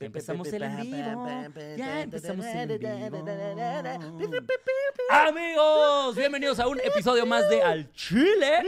Empezamos el en vivo. Ya empezamos el en vivo. Amigos, bienvenidos a un episodio más de Al Chile.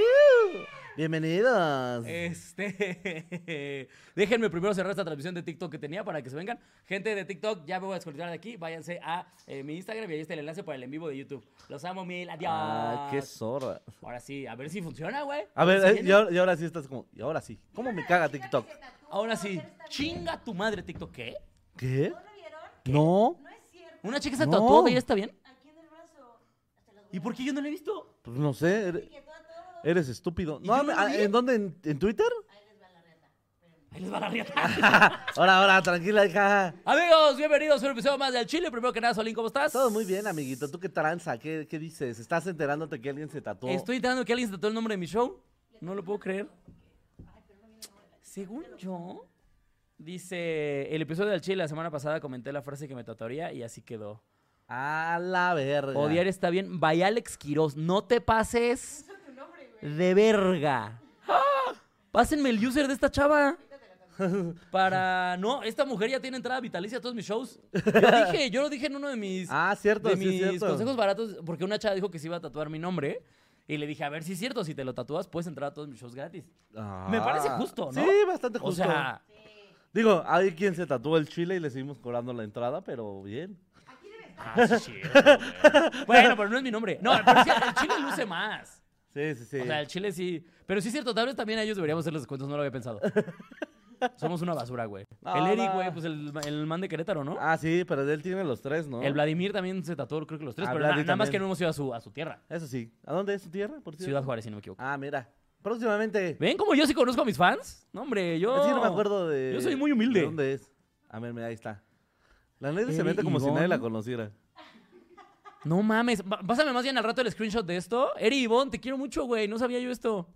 Bienvenidos. Eh, Este. Déjenme primero cerrar esta transmisión de TikTok que tenía para que se vengan. Gente de TikTok, ya me voy a desconectar de aquí. Váyanse a eh, mi Instagram y ahí está el enlace para el en vivo de YouTube. Los amo mil. Adiós. Ah, qué zorra. Ahora sí, a ver si funciona, güey. A ver, si eh, viene. y, ahora, y ahora sí estás como. Y ahora sí. ¿Cómo me caga TikTok? Ahora sí. Chinga tu madre, TikTok. ¿Qué? ¿Qué? ¿No lo vieron? No. No es cierto. Una chica se No. tatuó y ya está bien. Aquí en el brazo. Hasta los ¿Y por qué yo no la he visto? Pues no sé. Y eres- que todo, todo. Eres estúpido. ¿Y No, yo no a- ah, vi? ¿En dónde? ¿En, en Twitter? Ahí les va la reta. Ahí les va la riata. Ahora, ahora, tranquila, hija. Amigos, bienvenidos a un episodio más de Al Chile. Primero que nada, Solín, ¿cómo estás? Todo muy bien, amiguito. ¿Tú qué tranza? ¿Qué, qué dices? ¿Estás enterándote que alguien se tatuó? Estoy dando que alguien se tatuó el nombre de mi show. No lo puedo creer. Según yo, dice el episodio de Al Chile la semana pasada comenté la frase que me tatuaría y así quedó. A la verga. Odiar está bien. By Alex Quiroz, no te pases de verga. ¡Ah! Pásenme el user de esta chava. Para. No, esta mujer ya tiene entrada vitalicia a todos mis shows. Yo dije, yo lo dije en uno de mis. Ah, cierto, de sí, mis cierto. consejos baratos, porque una chava dijo que se iba a tatuar mi nombre. Y le dije, a ver, si es cierto, si te lo tatúas, puedes entrar a todos mis shows gratis. Ah. Me parece justo, ¿no? Sí, bastante O justo. sea, Digo, hay quien se tatuó el chile y le seguimos cobrando la entrada, pero bien. ah, sí, güey. bueno, pero no es mi nombre. No, pero sí, el chile luce más. Sí, sí, sí. O sea, el chile sí. Pero sí es cierto, tal vez también a ellos deberíamos hacer los descuentos, no lo había pensado. Somos una basura, güey. No, el Eric, no. güey, pues el, el man de Querétaro, ¿no? Ah, sí, pero él tiene los tres, ¿no? El Vladimir también se tatuó, creo que los tres, Ah, pero na- Vladi nada más también. que no hemos ido a su, a su tierra. Eso sí. ¿A dónde es su tierra? Por cierto? Ciudad Juárez, si no me equivoco. Ah, mira. Próximamente. ¿Ven cómo yo sí conozco a mis fans? No, hombre, yo... Sí, no me acuerdo de. Yo soy muy humilde. ¿de dónde es? A ver, mira, ahí está. La neta se Eri mete como si nadie Ivonne. la conociera. No mames, va- pásame más bien al rato el screenshot de esto. Eri Ivonne, te quiero mucho, güey, no sabía yo esto.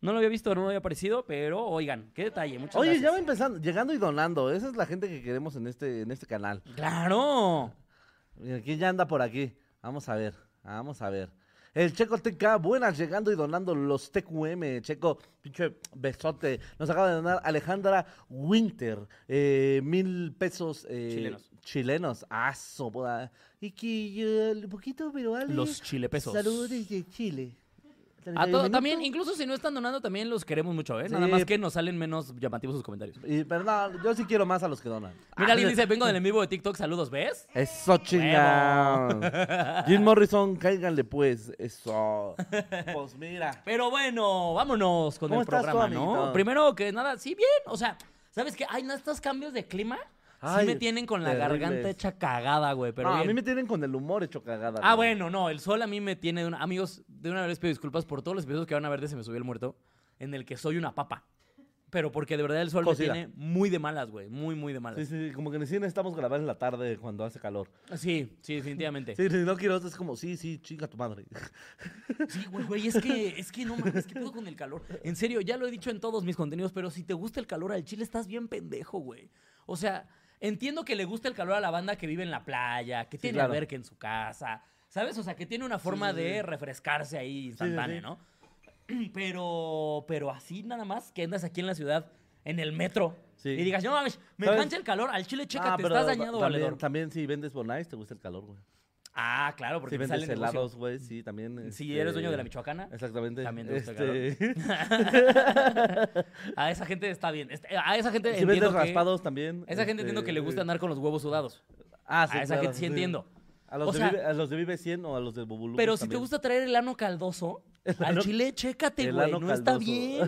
No lo había visto, no lo había aparecido, pero oigan, qué detalle, muchas Oye, ya va gracias. empezando, llegando y donando. Esa es la gente que queremos en este, en este canal. ¡Claro! Mira, ¿quién ya anda por aquí? Vamos a ver, vamos a ver. El Checo TK, buenas, llegando y donando los TQM. Checo, pinche besote. Nos acaba de donar Alejandra Winter, eh, mil pesos eh, Chilenos. Chilenos, aso, boda. Y que yo, un poquito, pero vale. Los chilepesos. Saludos desde Chile. A to- también, Bienvenido. incluso si no están donando, también los queremos mucho, ¿eh? Nada Sí. Ah, más que nos salen menos llamativos sus comentarios. Y, pero no, yo sí quiero más a los que donan. Mira, alguien Ah, dice, vengo del en vivo de TikTok, saludos, ¿ves? Eso chingado. Jim Morrison, cáiganle pues. Eso. Pues mira. Pero bueno, vámonos con ¿Cómo el estás tú, programa, ¿no? amiguito? Primero que nada, sí, bien. O sea, ¿sabes qué? Ay, no, estos cambios de clima sí Ay, me tienen con la terribles. garganta hecha cagada, güey. Pero No, a bien. mí me tienen con el humor hecho cagada. Ah, güey. bueno, no, el sol a mí me tiene. de una- Amigos, de una vez les pido disculpas por todos los episodios que van a ver de Se me subió el muerto, en el que soy una papa. Pero porque de verdad el sol me Cocida. tiene muy de malas, güey. Muy, muy de Sí, malas. Sí, sí, como que recién estamos grabando en la tarde cuando hace calor. sí, definitivamente. Sí, si no quiero, es como, sí, sí, chinga tu madre. Sí, güey, güey, es que, es que no mames, ¿qué puedo con el calor? En serio, ya lo he dicho en todos mis contenidos, pero si te gusta el calor al chile, estás bien pendejo, güey. O sea, entiendo que le gusta el calor a la banda que vive en la playa, que tiene claro. alberca en su casa, ¿sabes? O sea, que tiene una forma sí, sí. de refrescarse ahí instantánea, sí. ¿no? Pero, pero así nada más que andas aquí en la ciudad, en el metro, Sí. y digas, no mames, me ¿Sabes? engancha el calor, al chile, checa, Ah, te pero estás ta- dañando, también, valedor. También si vendes bonais, te gusta el calor, güey. Ah, claro, porque Si te sale vendes el negocio. helados, güey, sí, también. Si este, eres dueño de la Michoacana, Exactamente. También te gusta el este, A esa gente está bien. Este- A esa gente Si entiendo vendes que... raspados también. este, a Esa gente entiendo que le gusta andar con los huevos sudados. Ah, a esa gente sí entiendo. A los, O de sea- Vive, a los de Vive 100 o a los de Bubulú. Pero si te gusta traer el ano caldoso, al ano- chile, chécate, el güey. No ano está caldoso. bien.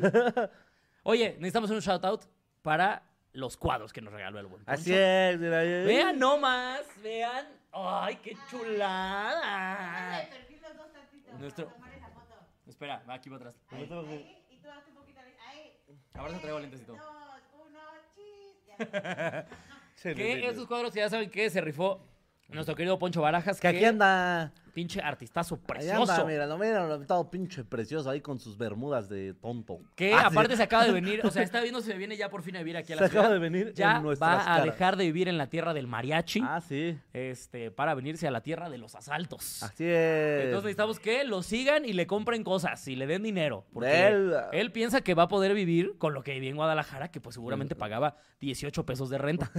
Oye, necesitamos un shout-out para los cuadros que nos regaló el buen Poncho. Así es, mira, eh. Vean nomás, vean. ¡Ay, qué chulada! Ponle de perfil los dos tantitos Nuestro- para tomar esa foto. Espera, va aquí para atrás. Ahí, ahí, y tú hazte un poquito de- ahí. Ahora se traigo lentecito. Tres, dos, uno, chis. Ya. Sí, sí, Que sí. esos cuadros, ya saben que se rifó Nuestro querido Poncho Barajas, Que aquí anda. pinche artistazo Ahí precioso. anda, mira, lo mira, todo pinche precioso ahí con sus bermudas de tonto. Que Ah, sí. aparte se acaba de venir, o sea, está viendo si se viene ya por fin a vivir aquí a la Se acaba ciudad. de venir Ya en va a nuestras caras. dejar de vivir en la tierra del mariachi, Ah, sí. este, para venirse a la tierra de los asaltos. Así es. Entonces necesitamos que lo sigan y le compren cosas y le den dinero. Porque él, Él- piensa que va a poder vivir con lo que vivía en Guadalajara, que pues seguramente pagaba 18 pesos de renta.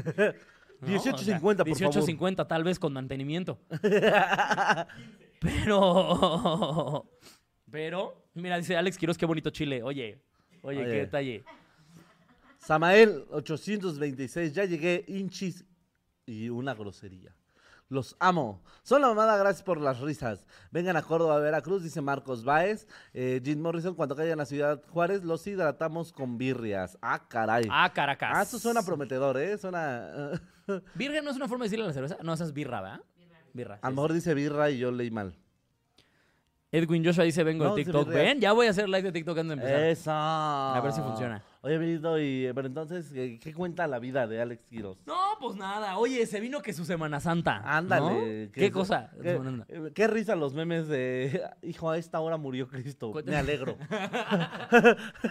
¿no? 18.50, por favor. 18.50 tal vez con mantenimiento. Pero... Pero... Mira, dice Alex Quiroz, qué bonito Chile. Oye, oye, Oye. qué detalle. Samael 826, ya llegué, hinchis y una grosería. Los amo. Son la mamada, gracias por las risas. Vengan a Córdoba, Veracruz, dice Marcos Baez. Eh, Jim Morrison, cuando caigan a Ciudad Juárez, los hidratamos con birrias. Ah, caray. Ah, Ah, Caracas. eso suena prometedor, ¿eh? Suena... Virgen no es una forma de decirle a la cerveza. No, esa es birra, ¿verdad? Birra. sí, A lo mejor dice birra y yo leí mal. sí. Edwin Joshua dice, vengo No, de se TikTok. birrea. Ven, ya voy a hacer live de TikTok antes de empezar. Eso. A ver si funciona. Oye, Benito, y, eh, pero entonces, eh, ¿qué cuenta la vida de Alex Quiroz? No, pues nada. Oye, se vino que su Semana Santa. Ándale. ¿no? que ¿Qué eso- cosa? que- Semana Santa. eh, Qué risa los memes de, hijo, a esta hora murió Cristo. Cuéntame. Me alegro.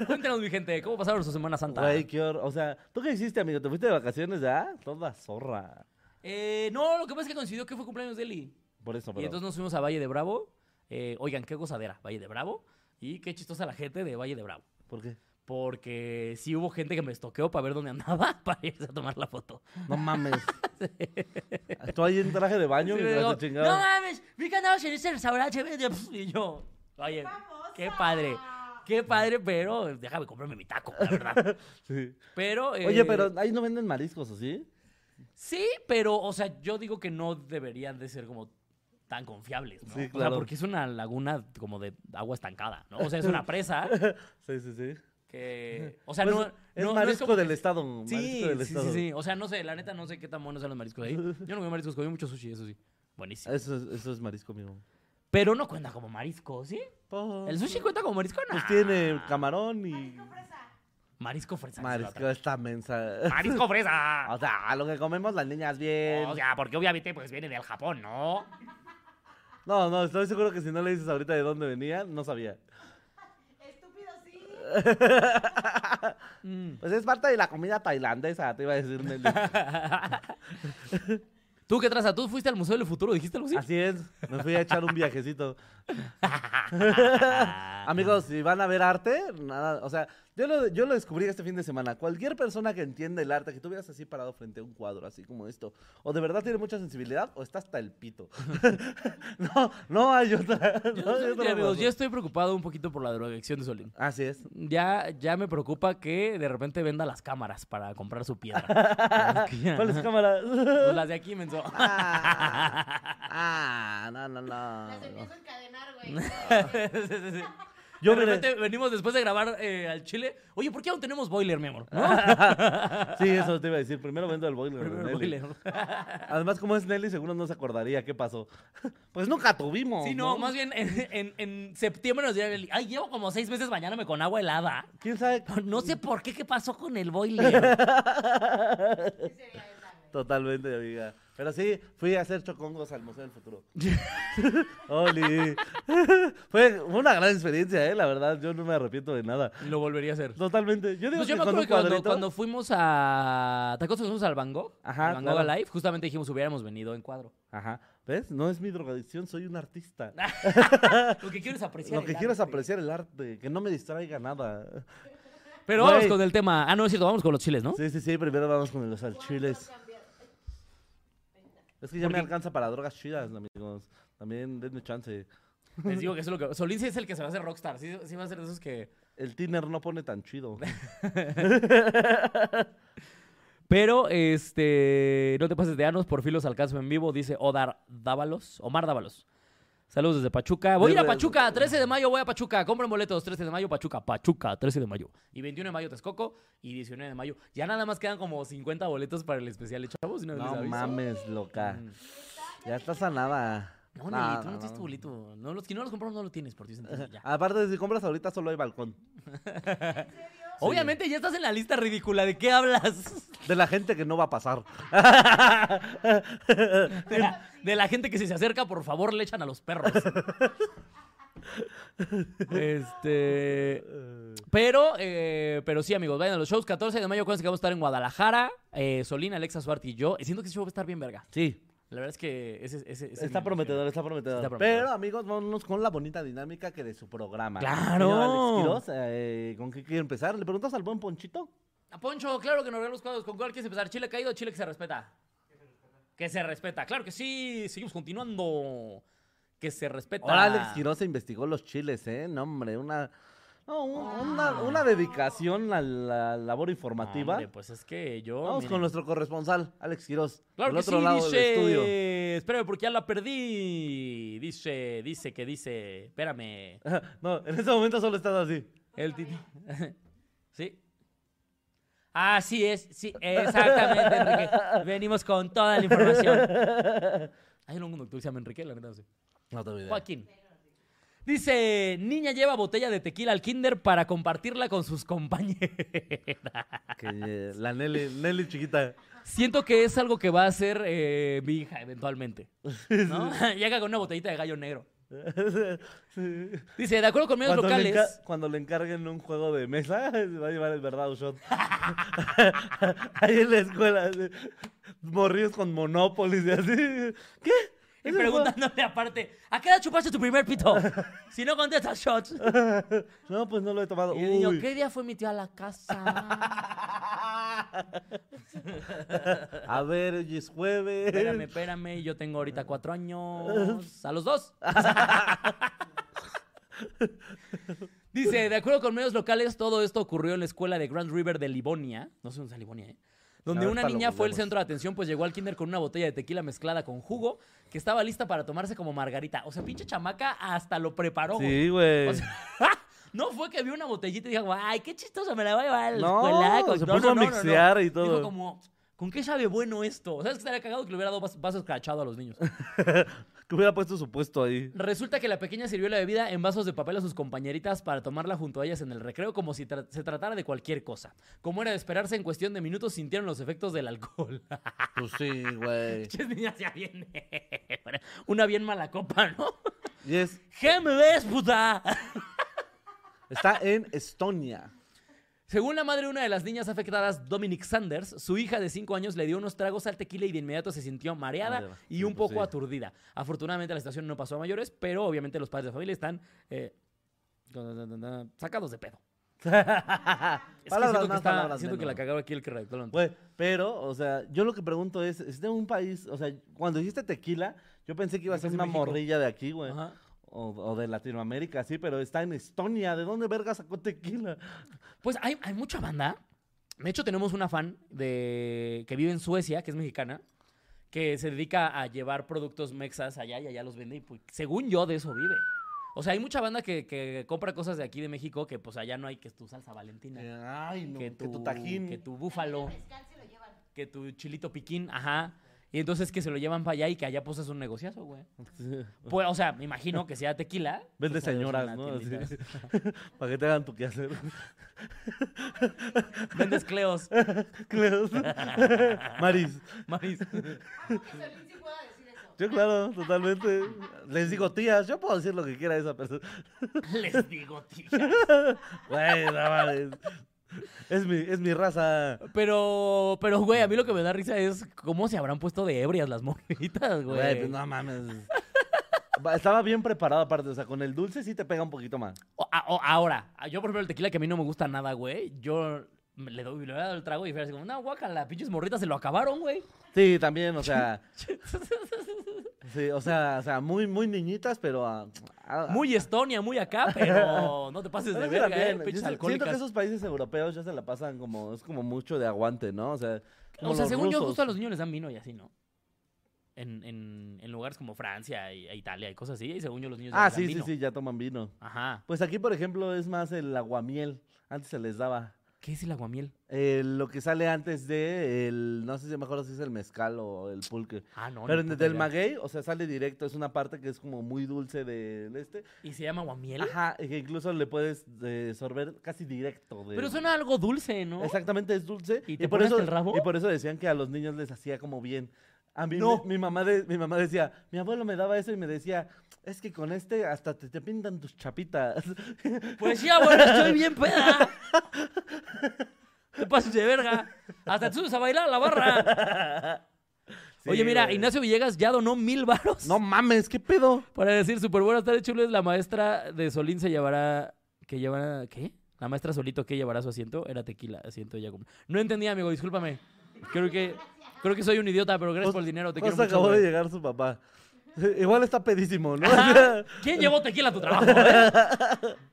Cuéntanos, mi gente, ¿cómo pasaron su Semana Santa? Güey, qué hor- O sea, ¿tú qué hiciste, amigo? ¿Te fuiste de vacaciones ya? Toda zorra. Eh, no, lo que pasa es que coincidió que fue cumpleaños de Eli. Por eso, Y pero... entonces nos fuimos a Valle de Bravo. Eh, oigan, qué gozadera, Valle de Bravo. Y qué chistosa la gente de Valle de Bravo. ¿Por qué? Porque sí hubo gente que me estoqueó para ver dónde andaba para irse a tomar la foto. No mames. Estoy ahí en traje de baño Sí, me mientras digo, no te chingaban. mames, vi que andabas en ese restaurante. Y yo, oye, qué padre. Qué padre, pero déjame comprarme mi taco, la verdad. Sí. Pero. Oye, eh, pero ahí no venden mariscos, ¿o sí? Sí, pero, o sea, yo digo que no deberían de ser como tan confiables, ¿no? Sí, O sea, claro. porque es una laguna como de agua estancada, ¿no? O sea, es una presa Sí, sí, sí. que. O sea, Pues, no. es no- no marisco como que- del estado. Sí, marisco del sí, sí, estado. sí. O sea, no sé, la neta no sé qué tan buenos son los mariscos ahí. Yo no comí mariscos, comí mucho sushi, eso sí. Buenísimo. Eso, es- eso es marisco mismo. Pero no cuenta como marisco, ¿sí? Pues, ¿El sushi cuenta como marisco? No. Pues tiene camarón y... Marisco fresa. esa es la Marisco esta mensa. otra. Marisco fresa. O sea, lo que comemos las niñas bien. O sea, porque obviamente pues viene del Japón, ¿no? No, no, estoy seguro que si no le dices ahorita de dónde venía, no sabía. Estúpido, sí. Ah. Pues es parte de la comida tailandesa, te iba a decir Nelly. ¿Tú qué traza? ¿Tú fuiste al Museo del Futuro? ¿Dijiste algo así? Así es, me fui a echar un viajecito. Amigos, si van a ver arte, nada, o sea, yo lo, yo lo descubrí este fin de semana. Cualquier persona que entiende el arte, que tú veas así parado frente a un cuadro, así como esto, o de verdad tiene mucha sensibilidad, o está hasta el pito. no, no hay otra. Yo, no hay no sé, otra amigos, razón. yo estoy preocupado un poquito por la drogadicción de Solín. Así es. Ya, ya me preocupa que de repente venda las cámaras para comprar su piedra. Porque ya- ¿Cuáles cámaras? Pues las de aquí, menso. Ah, ah, no, no, Las no. empiezo a encadenar, güey. Sí, sí, sí. Yo de miré- repente venimos después de grabar eh, al Chile. Oye, ¿por qué aún tenemos boiler, mi amor? ¿No? Ah, Sí, eso te iba a decir. Primero vendo el boiler. Primero Nelly. boiler. Además, como es Nelly, seguro no se acordaría qué pasó. Pues nunca tuvimos. Sí, no, más bien en, en- en septiembre nos dirán, ay, llevo como seis meses bañándome con agua helada. ¿Quién sabe? No Mm. sé por qué, ¿qué pasó con el boiler? Sí, sería esa, güey. Totalmente, amiga. Pero sí, fui a hacer chocongos al Museo del Futuro. Oli. Fue una gran experiencia, ¿eh? La verdad, yo no me arrepiento de nada. Lo volvería a hacer. Totalmente. Yo digo Pues yo me que con acuerdo un que cuando, cuadrito- cuando fuimos a... ¿Te acuerdas que fuimos al Van Gogh? Ajá, Al Van Gogh claro. Live, justamente dijimos hubiéramos venido en cuadro. Ajá. ¿Ves? No es mi drogadicción, soy un artista. Ah, Lo que quiero es apreciar Lo el que quiero es arte. apreciar el arte, que no me distraiga nada. Pero Güey. vamos con el tema. Ah, no, es cierto, vamos con los chiles, ¿no? Sí, sí, sí, primero vamos con los alchiles. ¿Cuánto cambiaron? Es que ya me Porque- alcanza para drogas chidas, amigos. También denme chance. Les digo que eso es lo que... Solín sí es el que se va a hacer rockstar. Sí, sí va a ser de esos que... El tiner no pone tan chido. Pero, este, no te pases de anos, por fin los alcanzo en vivo, dice Odar Dávalos, Omar Dávalos. Saludos desde Pachuca. Voy a ir a Desde- Pachuca, 13 de mayo voy a Pachuca. Compren boletos, 13 de mayo, Pachuca, Pachuca, 13 de mayo. Y 21 de mayo, Texcoco. Y 19 de mayo. Ya nada más quedan como 50 boletos para el especial, ¿eh, chavos. No, Mm. No mames, loca. Ya estás a nada. No, Nelly, tú no, tienes tu boleto. No, los que no los compraron no lo tienes, por Dios. entonces ya. Aparte, si compras ahorita solo hay balcón. Obviamente ya estás en la lista ridícula. ¿De qué hablas? De la gente que no va a pasar. De la, de la gente que si se acerca, por favor, le echan a los perros. Este. Pero, eh, pero sí, amigos, vayan a los shows. 14 de mayo, acuérdense que vamos a estar en Guadalajara. Eh, Solín, Alexa Suarte y yo. Eh, Siento que ese show va a estar bien verga. Sí, La verdad es que ese, ese- ese es está mi- prometedor, está prometedor. Está prometedor. Pero amigos, vámonos con la bonita dinámica que de su programa. ¡Claro! Señor Alex Quiroz, eh, ¿con qué quiere empezar? ¿Le preguntas al buen Ponchito? A Poncho, claro que nos regalan los cuadros. ¿Con cuál quieres empezar? ¿Chile caído o Chile que se respeta? Que se respeta, claro que sí. Seguimos continuando. Que se respeta. Ahora Alex Quiroz se investigó los chiles, ¿eh? No, hombre, una... no, un- una, una dedicación a la labor informativa. Hombre, pues es que yo. Vamos miren. con nuestro corresponsal, Alex Quiroz. Claro del que otro sí, lado dice. del estudio. Espérame, porque ya la perdí. Dice, dice que dice. Espérame. No, en ese momento solo estás así. El tit- ¿Sí? Así es, sí, exactamente, Enrique. Venimos con toda la información. Hay un conductor que se llama Enrique, la neta no sé. No te olvides. Joaquín. Dice, niña lleva botella de tequila al kinder para compartirla con sus compañeros. Que, eh, la Nelly, Nelly chiquita. Siento que es algo que va a hacer eh, mi hija eventualmente. ¿no? Llega con una botellita de gallo negro. Dice, de acuerdo con medios Cuando le, locales. enca- cuando le encarguen un juego de mesa, se va a llevar el verdad shot. Ahí en la escuela, así, morrillos con Monopoly y así. ¿Qué? Y ¿Es el preguntándole aparte, ¿a qué edad chupaste tu primer pito? Si no contestas shots. juego? No, pues no lo he tomado. Y el niño, Uy. ¿qué día fue mi tío a la casa? A ver, hoy es jueves. espérame, espérame, yo tengo ahorita cuatro años. A los dos. Dice, de acuerdo con medios locales, todo esto ocurrió en la escuela de Grand River de Livonia. No sé dónde está Livonia, ¿eh? Donde A ver, una pa, lo niña fue el buscamos. centro de atención, pues llegó al kinder con una botella de tequila mezclada con jugo que estaba lista para tomarse como margarita. O sea, pinche chamaca hasta lo preparó. güey. Sí, güey. O sea, no fue que vio una botellita y dijo, ay, qué chistoso, me la voy a llevar a la No, escuela. con- se puso a mixear y Dijo todo. como, ¿con qué sabe bueno esto? ¿Sabes que estaría cagado que le hubiera dado vas- vasos cachado a los niños? que hubiera puesto su puesto ahí. Resulta que la pequeña sirvió la bebida en vasos de papel a sus compañeritas para tomarla junto a ellas en el recreo como si tra- se tratara de cualquier cosa. Como era de esperarse, en cuestión de minutos sintieron los efectos del alcohol. Pues sí, güey. Pinches niñas ya bien. Una bien mala copa, ¿no? Y es, ¿Qué me ves, puta? está en Estonia. Según la madre de una de las niñas afectadas, Dominic Sanders, su hija de 5 años le dio unos tragos al tequila y de inmediato se sintió mareada Madre, y sí, un pues poco sí. aturdida. Afortunadamente la situación no pasó a mayores, pero obviamente los padres de familia están eh, sacados de pedo. Es que Palabras siento que, más, está- palabras siento que la menos. cagaron aquí el que redactó la nota. Güey, pero, o sea, yo lo que pregunto es, es de un país, o sea, cuando dijiste tequila, yo pensé que iba a Pensé ser en una México. morrilla de aquí, güey. Ajá. O, o de Latinoamérica, sí, pero está en Estonia. ¿De dónde verga sacó tequila? Pues hay, hay mucha banda. De hecho, tenemos una fan de, que vive en Suecia, que es mexicana, que se dedica a llevar productos mexas allá y allá los vende. Y pues, según yo, de eso vive. O sea, hay mucha banda que, que compra cosas de aquí de México que pues allá no hay que es tu salsa valentina. Eh, Ay, no, que, que tu, tu tajín. Que tu búfalo, El mezcal se lo llevan. que tu chilito piquín, ajá. Y entonces que se lo llevan para allá y que allá pues es un negociazo, güey. Pues, o sea, me imagino que sea tequila. Ves de pues, puedes ir a señoras, ¿no? una Así. tiendita. Para que te hagan tu quehacer. Vendes cleos, Claro. Maris. maíz. Vamos, que Solín sí pueda decir eso. Yo, claro, totalmente. Les digo, tías, yo puedo decir lo que quiera a esa persona. Les digo, tío. Güey, no mames. Es mi, es mi raza. Pero, pero, güey, a mí lo que me da risa es cómo se habrán puesto de ebrias las morritas, güey. Güey, pues no mames. Va- Estaba bien preparado aparte, o sea, con el dulce sí te pega un poquito más. O- a- o- ahora, yo, por ejemplo, el tequila que a mí no me gusta nada, güey, yo me- le doy, le doy el trago y fue así como, no, guácala, pinches morritas se lo acabaron, güey. Sí, también, o sea, sí, o sea, o sea, muy, muy niñitas, pero ah, ah, Muy Estonia, muy acá, pero no te pases pero de es que verga, eh, también, yo pinches si- siento que alcohólicas. esos países europeos ya se la pasan como, es como mucho de aguante, ¿no? O sea, como O sea, los según yo, rusos. justo a los niños les dan vino y así, ¿no? En, en, en lugares como Francia y e Italia y cosas así, y según yo los niños Ah, les dan sí, sí, vino. sí, ya toman vino. Ajá. Pues aquí, por ejemplo, es más el aguamiel. Antes se les daba. ¿Qué es el aguamiel? Eh, lo que sale antes de el, no sé si me acuerdo si es el mezcal o el pulque. Ah, no. Pero ni en- puta del idea. maguey, o sea, sale directo, es una parte que es como muy dulce del este. ¿Y se llama aguamiel? Ajá, y que incluso le puedes eh, sorber casi directo. de- Pero suena algo dulce, ¿no? Exactamente, es dulce. ¿Y te pones eso, el rabo? y por eso decían que a los niños les hacía como bien. A mí, No. mi, mi mamá de- mi mamá decía, mi abuelo me daba eso y me decía, es que con este hasta te, te pintan tus chapitas. Pues ya, bueno, estoy bien peda. Te pases de verga. Hasta te subes a bailar a la barra. Sí, Oye, mira, güey. Ignacio Villegas ya donó mil varos. No mames, ¿qué pedo? Para decir, súper buenas tardes, chulos. La maestra de Solín se llevará. ¿Qué llevará? ¿Qué? La maestra solito que llevará su asiento era tequila, asiento de Jacob. No entendía, amigo, discúlpame. Creo que, creo que soy un idiota, pero gracias Pues- por el dinero, te Pues quiero mucho. acabó de güey. llegar su papá. Igual está pedísimo, ¿no? Ajá. Ah, ¿Quién llevó tequila a tu trabajo? eh?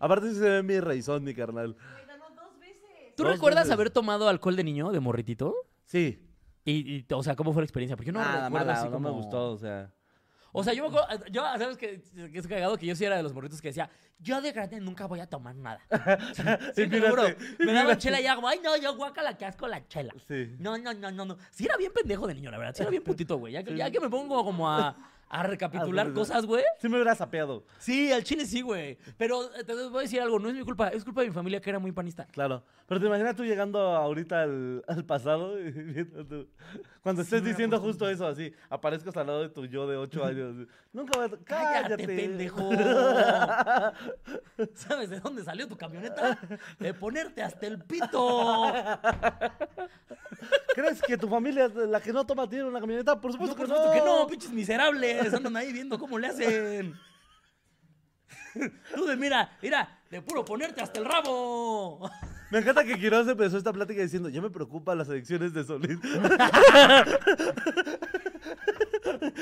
Aparte sí se ve mi reizón, mi carnal. Me ganó dos veces. ¿Tú Dos recuerdas veces. haber tomado alcohol de niño, de morritito? Sí. Y, y, o sea, ¿cómo fue la experiencia? Porque yo no Nada, recuerdo mala, así no como... me gustó, o sea. O sea, yo me acuerdo, yo, ¿sabes qué? Que es cagado que yo sí era de los morritos que decía, yo de grande nunca voy a tomar nada. Sí, te lo juro. Mírate, Me daban mírate. chela y ya como, ay, no, yo guácala, que asco la chela. Sí. No, no, no, no, no. Sí era bien pendejo de niño, la verdad. Sí era bien putito, güey. Ya, que- ya que me pongo como a, a recapitular Ah, cosas, güey. Sí me hubiera sapeado, Sí, al chile sí, güey. Pero eh, te voy a decir algo, no es mi culpa. Es culpa de mi familia que era muy panista. claro. Pero te imaginas tú llegando ahorita al, al pasado y viendo tú- Cuando estés me hubiera diciendo puesto justo eso, así, aparezcas al lado de tu yo de ocho años. Nunca vas a... Cállate, ¡Cállate! pendejo. ¿Sabes de dónde salió tu camioneta? De ponerte hasta el pito. ¿Crees que tu familia, la que no toma, tiene una camioneta? Por supuesto No, que por supuesto Pues que no, no. pinches miserables. Andan ahí viendo cómo le hacen. Tú de mira, mira, de puro ponerte hasta el rabo. Me encanta que Quiroz empezó esta plática diciendo, yo me preocupa las adicciones de Solís.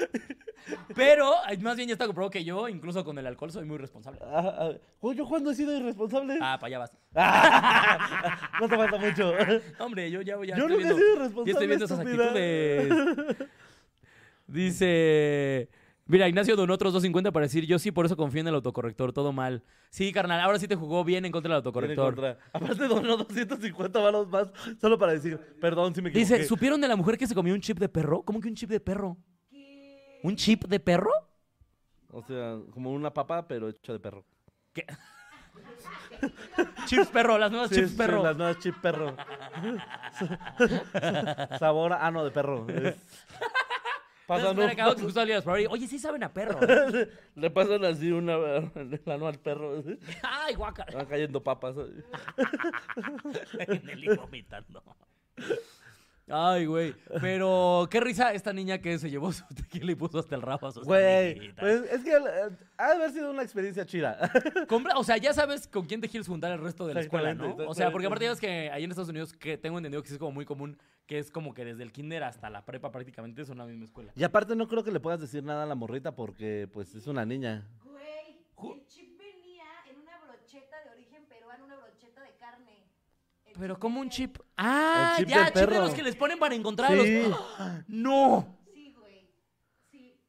Pero ay, más bien ya está comprobado que yo, incluso con el alcohol, soy muy responsable. Ah, ah, ¿Yo cuándo he sido irresponsable? Ah, para allá vas. No te falta mucho. Hombre, yo ya voy a. Yo nunca he sido irresponsable, Ya estoy viendo esas estúpida. actitudes. Dice. Mira, Ignacio donó otros 2.50 para decir, yo sí, por eso confío en el autocorrector, todo mal. Sí, carnal, ahora sí te jugó bien en contra del Tiene autocorrector. contra. Aparte donó 250 balos más solo para decir, perdón si me equivoqué. Dice, ¿supieron de la mujer que se comió un chip de perro? ¿Cómo que un chip de perro? ¿Qué? ¿Un chip de perro? O sea, como una papa, pero hecho de perro. ¿Qué? chips perro, las nuevas Sí, chips sí, perro. Las nuevas chip perro. Sabor a ano de perro. Es- Pasan Entonces, me un- acabo que justo olía Strawberry. Oye, sí saben a perro. Le pasan así una el ano al perro. Ay, guácala. Van cayendo papas. En el hijo vomitando. Ay, güey. Pero qué risa esta niña que se llevó su tequila y puso hasta el rabo a sus Güey, amiguitas. pues, es que eh, ha de haber sido una experiencia chida. Compra- o sea, ya sabes con quién te quieres juntar el resto de la escuela, ¿no? Exactamente, O sea, porque aparte exactamente. ya ves que ahí en Estados Unidos que tengo entendido que sí es como muy común que es como que desde el kinder hasta la prepa prácticamente son la misma escuela. Y aparte no creo que le puedas decir nada a la morrita porque pues es una niña. Güey, Ju- el chip venía en una brocheta de origen peruano, una brocheta de carne. El Pero chip como un venía chip. Ah, El chip ya, del chip de perro. los que les ponen para encontrar a Sí. los. ¡Ah! ¡No! ahí. Sí, güey. Sí.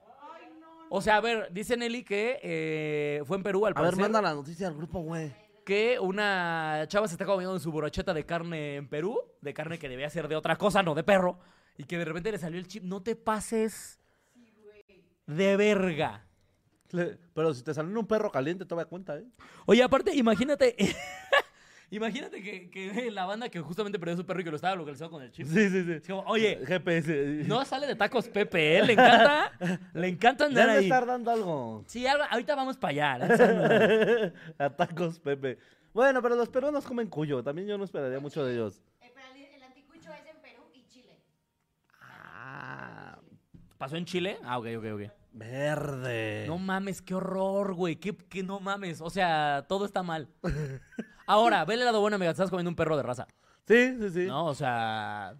Ay, no, no. O sea, a ver, dice Nelly que eh, fue en Perú al A ver, parecer manda la noticia al grupo, güey. que una chava se está comiendo su brocheta de carne en Perú, de carne que debía ser de otra cosa, no de perro, y que de repente le salió el chip, no te pases de verga. Le- Pero si te salió un perro caliente, te vas a cuenta, ¿eh? Oye, aparte, imagínate. imagínate que, que la banda que justamente perdió su perro y que lo estaba localizado con el chip. Sí, sí, sí. Es como, oye, GPS. no sale de tacos Pepe, ¿eh? Le encanta. Le encanta andar Debe ahí. estar dando algo. Sí, ahora- ahorita vamos para allá. ¿eh? Atacos, Pepe. Bueno, pero los peruanos comen cuyo. También yo no esperaría mucho de ellos. Eh, pero el, el anticucho es en Perú y Chile. Ah. ¿Pasó en Chile? Ah, ok, ok, ok. Verde. No mames, qué horror, güey. Qué, qué no mames. O sea, todo está mal. Ahora, ve el lado bueno, amiga. Te estás comiendo un perro de raza. Sí, sí, sí. No, o sea.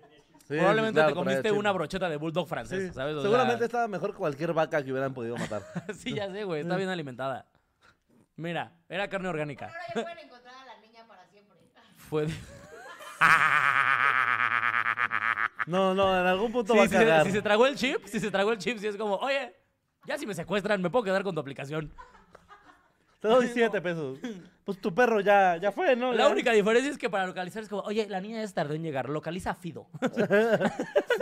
Sí, probablemente claro, te comiste traía chip. una brocheta de bulldog Sí. francés, ¿sabes? O sea, Seguramente estaba mejor que cualquier vaca que hubieran podido matar. Sí, ya sé, güey. Está bien alimentada. Mira, era carne orgánica. Ahora ya pueden encontrar a la niña para siempre. Fue. de- No, no, en algún punto Sí, va si, a se, cagar. si se tragó el chip, si se tragó el chip, si es como, oye, ya si me secuestran, me puedo quedar con tu aplicación. Te doy siete pesos. Pues tu perro ya, ya fue, ¿no? La Ya. única diferencia es que para localizar es como, oye, la niña ya se tardó en llegar, localiza a Fido.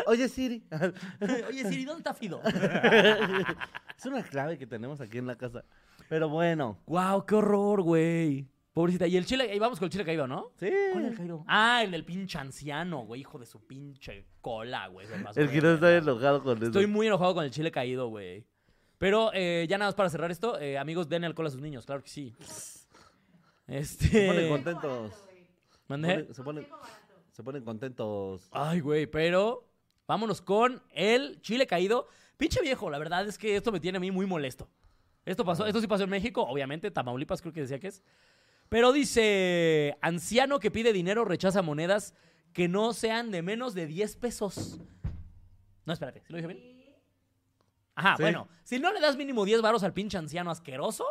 Oye, Siri. oye, Siri, ¿dónde está Fido? Es una clave que tenemos aquí en la casa. Pero bueno. wow, qué horror, güey. Pobrecita. Y el chile, ahí vamos con el chile caído, ¿no? Sí. ¿Cuál era el Jairo? Ah, el del pinche anciano, güey, hijo de su pinche cola, güey. se pasó El de que no está verga. enojado con eso. Estoy muy enojado con el chile caído, güey. Pero eh, ya nada más para cerrar esto, eh, amigos, den alcohol a sus niños, claro que sí. Se ponen Este. contentos. ¿Mandé? Se ponen, se ponen contentos. Ay, güey, pero vámonos con el chile caído. Pinche viejo, la verdad es que esto me tiene a mí muy molesto. Esto pasó, esto sí pasó en México, obviamente, Tamaulipas creo que decía que es. Pero dice, anciano que pide dinero rechaza monedas que no sean de menos de 10 pesos. No, espérate, ¿sí lo dije bien? Ajá, Sí. bueno, si no le das mínimo 10 varos al pinche anciano asqueroso,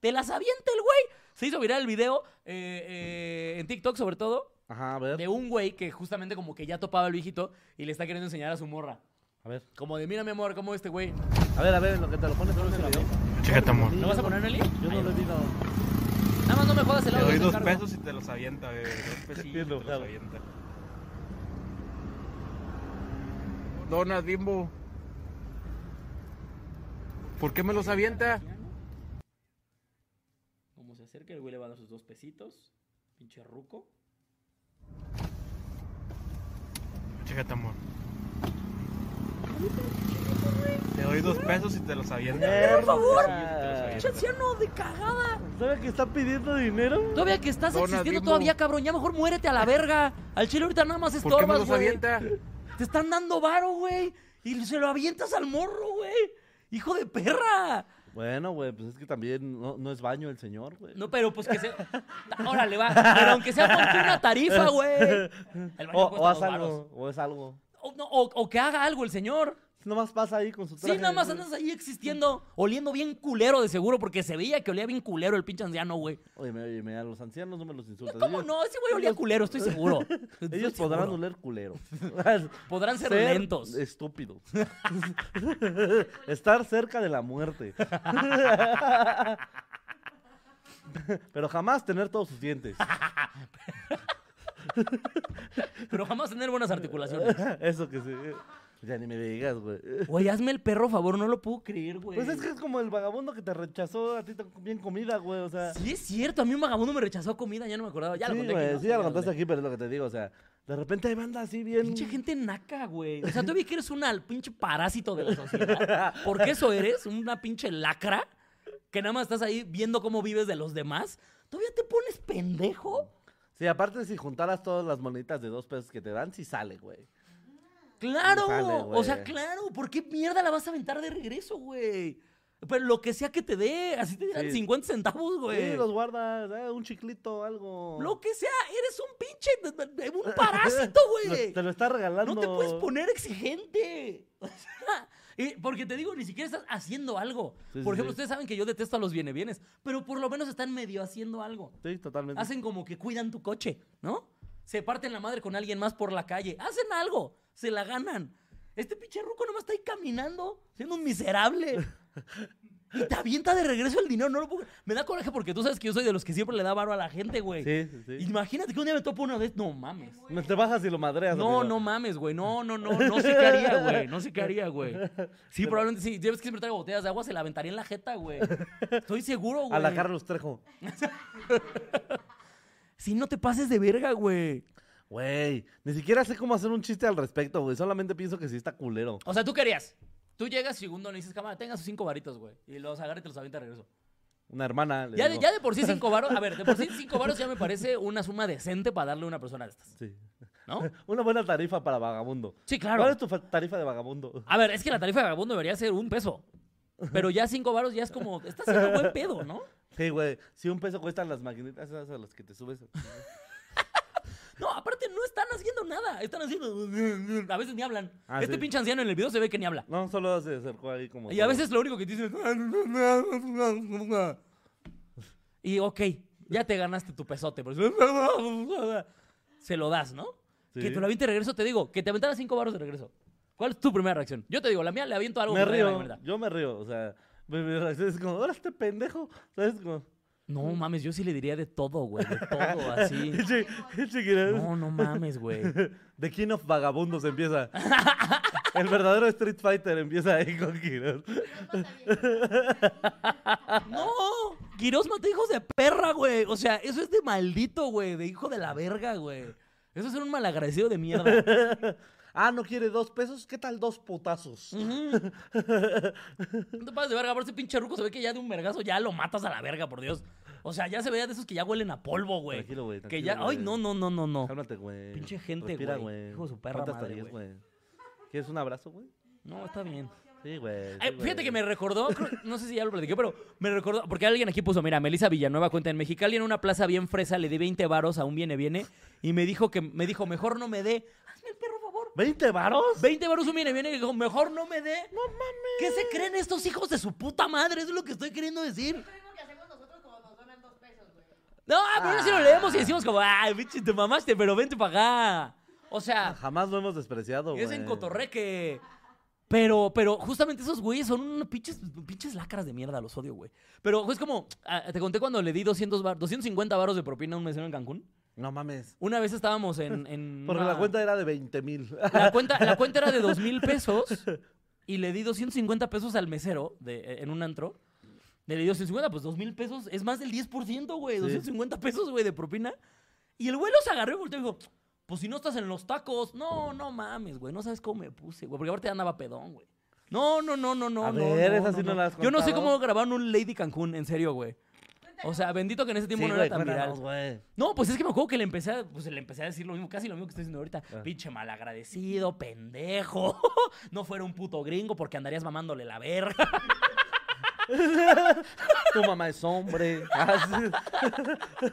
te las avienta el güey. Se hizo viral el video eh, eh, en TikTok sobre todo Ajá, a ver. de un güey que justamente como que ya topaba al viejito y le está queriendo enseñar a su morra. A ver, Como de, mira mi amor, ¿cómo este güey? a ver, a ver, en lo que te lo pones. ponme el video. Chécate, amor. ¿Lo vas a poner, Nelly? Yo no Ahí lo va. he visto. Nada más no me jodas el Te audio. doy yo dos encargo. pesos y te los avienta, bebé. Dos pesillos te los enojado. avienta. Donas, Bimbo. ¿Por qué me los avienta? Como se acerca, el güey le va a dar sus dos pesitos. Pinche ruco. Chécate, amor. Te doy dos pesos y te los avienta. Por Dos favor. pesillos y te los avienta. Pinche anciano de cagada. ¿Sabes que está pidiendo dinero? Todavía que estás Dona, existiendo Bimbo. todavía, cabrón. Ya mejor muérete a la verga. Al chile ahorita nada más ¿Por qué me estorbas, los güey. avienta? Te están dando varo, güey. Y se lo avientas al morro, güey. Hijo de perra. Bueno, güey, pues es que también no, no es baño el señor, güey. No, pero pues que se. Órale, va. Pero aunque sea ponte una tarifa, güey. El baño O, cuesta o haz dos varos. algo, o es algo. O, no, o- o que haga algo el señor. Nomás pasa ahí con su Sí, traje. nada más güey. andas ahí existiendo, oliendo bien culero de seguro, porque se veía que olía bien culero el pinche anciano, güey. Pues, Óyeme, óyeme, a los ancianos no me los insultas. ¿Cómo Ellos- no? Ese güey olía Pues ellos- culero, estoy seguro. Ellos Estoy podrán seguro. oler culero. Podrán ser, lentos. Estúpidos. Estar cerca de la muerte. Pero jamás tener todos sus dientes. Pero jamás tener buenas articulaciones. Eso que sí. Ya ni me digas, güey. Güey, hazme el perro favor, no lo puedo creer, güey. Pues es que es como el vagabundo que te rechazó a ti te- bien comida, güey. O sea. Sí, es cierto, a mí un vagabundo me rechazó comida, ya no me acordaba. Ya lo sí, conté. güey, aquí, ¿no? sí, ya lo conté. contaste aquí, pero es lo que te digo. O sea, de repente hay banda así bien. Pinche gente naca, güey. O sea, todavía que eres un al- pinche parásito de la sociedad. Porque eso eres, una pinche lacra, que nada más estás ahí viendo cómo vives de los demás. ¿Todavía te pones pendejo? Sí, aparte, si juntaras todas las moneditas de dos pesos que te dan, sí sale, güey. ¡Claro! Híjole, o sea, güey. claro. ¿Por qué mierda la vas a aventar de regreso, güey? Pero lo que sea que te dé, así te dan Sí. 50 centavos, güey. Sí, los guardas, eh, un chiclito, algo. Lo que sea, eres un pinche, un parásito, güey. Lo- Te lo está regalando. No te puedes poner exigente. O sea, eh, porque te digo, ni siquiera estás haciendo algo. Sí, sí, por ejemplo, sí. ustedes saben que yo detesto a los bienes bienes, pero por lo menos están medio haciendo algo. Sí, totalmente. Hacen como que cuidan tu coche, ¿no? Se parten la madre con alguien más por la calle. Hacen algo, se la ganan. Este pinche ruco nomás está ahí caminando, siendo un miserable. Y te avienta de regreso el dinero. No lo puedo- Me da coraje porque tú sabes que yo soy de los que siempre le da varo a la gente, güey. Sí, sí, sí. Imagínate que un día me topo una vez. No mames. No te bajas y lo madreas. No, amigo. no mames, güey. No, no, no. No sé qué haría, güey. No sé qué haría, güey. Sí, probablemente sí. Ya ves que siempre traigo botellas de agua, se la aventaría en la jeta, güey. Estoy seguro, güey. A la Carlos Trejo. Si no te pases de verga, güey. Güey, ni siquiera sé cómo hacer un chiste al respecto, güey. Solamente pienso que sí está culero. O sea, tú querías. Tú llegas segundo, le dices, cámara, tenga sus cinco varitos, güey. Y los agarra y te los avienta de regreso. Una hermana. le Ya, de- digo. ya de por sí cinco varos. A ver, de por sí cinco varos ya me parece una suma decente para darle a una persona de estas, Sí. ¿no? Una buena tarifa para vagabundo. Sí, claro. ¿Cuál es tu fa- tarifa de vagabundo? A ver, es que la tarifa de vagabundo debería ser un peso. Pero ya cinco varos ya es como, estás haciendo buen pedo, ¿no? Sí, güey. Si un peso cuestan las maquinitas esas a las que te subes. No, aparte no están haciendo nada. Están haciendo. A veces ni hablan. Ah, este sí. pinche anciano en el video se ve que ni habla. No, solo se acercó ahí como. Y a veces lo único que "Ah, dicen es. Y ok, ya te ganaste tu pesote. por eso- Se lo das, ¿no? Sí. Que te lo aviente de regreso, te digo, que te aventara cinco barros de regreso. ¿Cuál es tu primera reacción? Yo te digo, la mía le aviento algo Me que me dé la río. mierda. Yo me río. O sea, mi mi reacción es como, ahora este pendejo. ¿Sabes? Como, No mames, yo sí le diría de todo, güey. De todo, así. Che- che- No, no mames, güey. The King of Vagabundos empieza. El verdadero Street Fighter empieza ahí con Quiroz. No, Ah. Quirós mata hijos de perra, güey. O sea, eso es de maldito, güey. De hijo de la verga, güey. Eso es ser un malagradecido de mierda. Ah, ¿no quiere dos pesos? ¿Qué tal dos potazos? No te pases de verga, por ese pinche ruco se ve que ya de un vergazo ya lo matas a la verga, por Dios. O sea, ya se veía de esos que ya huelen a polvo, güey. Tranquilo, güey, Que tranquilo, ya. Ay, güey. no, no, no, no, no. Cálmate, güey. Pinche gente, Respira, güey. Hijo de su perra Cuenta hasta madre, diez, güey. ¿Quieres un abrazo, güey? No, está bien. Sí, güey. sí, Ay, fíjate güey. que me recordó, creo- no sé si ya lo platiqué, pero me recordó, porque alguien aquí puso, mira, Melissa Villanueva cuenta en Mexicali en una plaza bien fresa, le di 20 varos a un viene viene y me dijo que me dijo, "Mejor no me dé." Hazme el perro favor. ¿20 varos? 20 varos un viene viene y dijo, "Mejor no me dé." No mames. ¿Qué se creen estos hijos de su puta madre? Eso es lo que estoy queriendo decir. Es lo que hacemos nosotros como nos donan dos pesos, güey. No, pero Ah. si lo leemos y decimos como, "Ay, pinche, te mamaste, pero vente para acá." O sea, Jamás lo hemos despreciado, güey. Es en Cotorreque. Pero, pero justamente esos güeyes son unos pinches, pinches lacras de mierda, los odio, güey. Pero es como, ah, te conté cuando le di 200 bar- 250 varos de propina a un mesero en Cancún. No mames. Una vez estábamos en... en Porque una- la cuenta era de 20 mil. La cuenta, la cuenta era de 2 mil pesos y le di 250 pesos al mesero de, eh, en un antro. Le di 250, pues 2 mil pesos es más del 10%, güey. 250 pesos, güey, de propina. Y el güey los agarró y volteó y dijo, pues si no estás en los tacos. No, no mames, güey, no sabes cómo me puse, güey. Porque ahorita andaba pedón, güey. No, no, no, no, no. A no, ver, no, esa sí no la has Yo no sé contado. cómo grabaron un Lady Cancún, en serio, güey. O sea, bendito que en ese tiempo Sí, no güey, era tan viral. cuéntanos, güey. No, pues es que me acuerdo que le empecé a, pues, le empecé a decir lo mismo, casi lo mismo que estoy diciendo ahorita. Ah. Pinche malagradecido, pendejo. no fuera un puto gringo porque andarías mamándole la verga. Tu mamá es hombre. Ah, sí.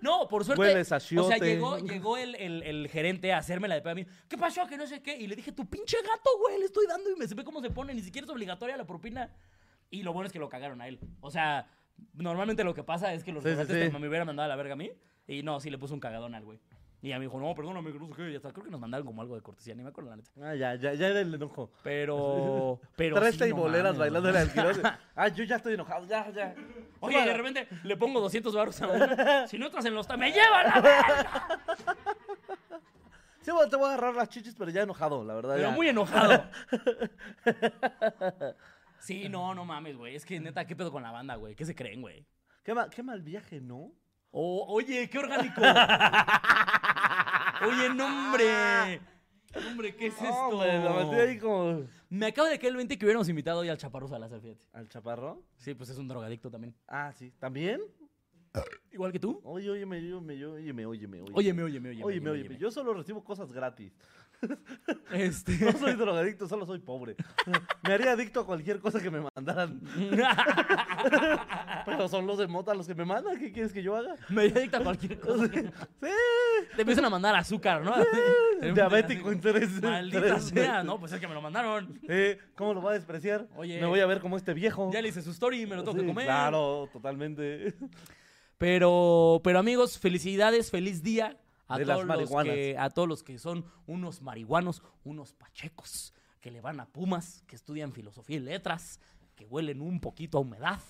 No, por suerte. Hueles a O sea, chiote. llegó, llegó el, el- el gerente a hacerme la de pedo a mí. ¿Qué pasó? Que no sé qué. Y le dije, tu pinche gato, güey, le estoy dando y me se ve cómo se pone. Ni siquiera es obligatoria la propina. Y lo bueno es que lo cagaron a él. O sea, normalmente lo que pasa es que los Sí, sí, restaurantes sí. te- me hubieran mandado a la verga a mí. Y no, sí le puso un cagadón al güey. Y a mí dijo, no, perdóname, que no sé qué. Y hasta creo que nos mandaron como algo de cortesía, ni me acuerdo la neta. Ah, ya, ya, ya era el enojo. Pero. pero Tres sí, no teiboleras mames, bailando güey. en el Quiroz. Ah, yo ya estoy enojado, ya, ya. Oye, y de repente le pongo 200 baros a uno. Si no estás en los. ta- ¡Me lleva la verga! Sí, bueno, te voy a agarrar las chichis, pero ya enojado, la verdad. Pero ya. muy enojado. Sí, no, no mames, güey. Es que neta, ¿qué pedo con la banda, güey? ¿Qué se creen, güey? Qué, ma- qué mal viaje, ¿no? Oh, oye, qué orgánico. Oye, no, hombre. Hombre, ¿qué es No, hombre, la metí ahí esto? como... Me acaba de caer el 20 que hubiéramos invitado hoy al Chaparro Salazar, fíjate. ¿Al chaparro? Sí, pues es un drogadicto también. Ah, sí. ¿También? Igual que tú. Oye, óyeme, óyeme, óyeme, óyeme, óyeme. Óyeme, óyeme, óyeme. Óyeme, óyeme. Yo solo recibo cosas gratis. Este. No soy drogadicto, solo soy pobre. Me haría adicto a cualquier cosa que me mandaran. Pero son los de mota los que me mandan. ¿Qué quieres que yo haga? Me dicta cualquier cosa. Sí. Te empiezan a mandar azúcar, ¿no? Diabético en tres- Maldita tres sea, meses. no, pues es que me lo mandaron. Eh, ¿Cómo lo va a despreciar? Oye. Me voy a ver como este viejo. Ya le hice su story y me lo tengo que Sí, comer. Claro, totalmente. Pero, pero amigos, felicidades, feliz día a De las todos, los marihuanas. que, a todos los que son unos marihuanos, unos pachecos, que le van a Pumas, que estudian filosofía y letras, que huelen un poquito a humedad.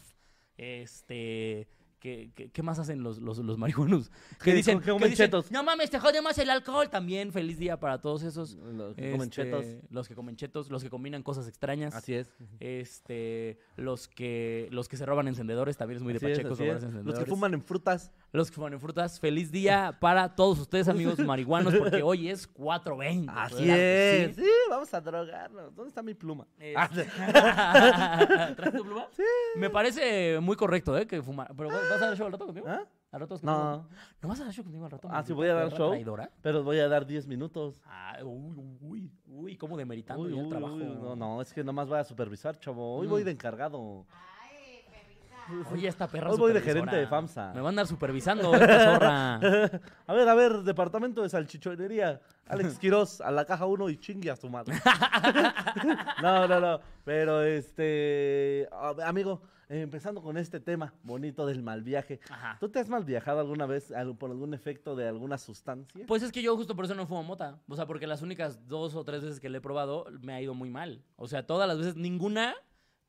Este. ¿Qué, qué, qué más hacen los, los, los marihuanos? Que Sí, dicen, que comen que dicen, chetos. no mames, te jode más el alcohol. También feliz día para todos esos. Los que comen Este, chetos. Los que comen chetos, los que combinan cosas extrañas. Así es. Este, los que, los que se roban encendedores, también es muy de Así es, pachecos así es. robarse Los encendedores. que fuman en frutas. Los que fuman frutas, feliz día para todos ustedes, amigos marihuanos, porque hoy es 4.20. claro Así que es. Sí. vamos a drogarnos. ¿Dónde está mi pluma? Ah, Este- ¿Traes tu pluma? Sí. Me parece muy correcto, ¿eh? Que fumar. ¿Pero vas vas a dar show al rato conmigo? ¿Ah? ¿Al rato es contigo? No. ¿No vas a dar show conmigo al rato? Ah, sí, maldita voy a dar perra show. traidora? Pero voy a dar 10 minutos. Ah, uy, uy, uy, cómo demeritando Uy, ya el uy, trabajo. uy, no, no, es que nomás voy a supervisar, chavo. Hoy voy de encargado. Ay, perrita. Oye, esta perra Hoy voy de supervisora. gerente de FAMSA. Me va a andar supervisando esta zorra. a ver, a ver, departamento de salchichonería. Alex Quiroz, a la caja 1 y chingue a su madre. no, no, no. Pero este. a- Amigo, eh, empezando con este tema bonito del mal viaje. Ajá. ¿Tú te has mal viajado alguna vez al- por algún efecto de alguna sustancia? Pues es que yo justo por eso no fumo mota. O sea, porque las únicas dos o tres veces que le he probado me ha ido muy mal. O sea, todas las veces, ninguna.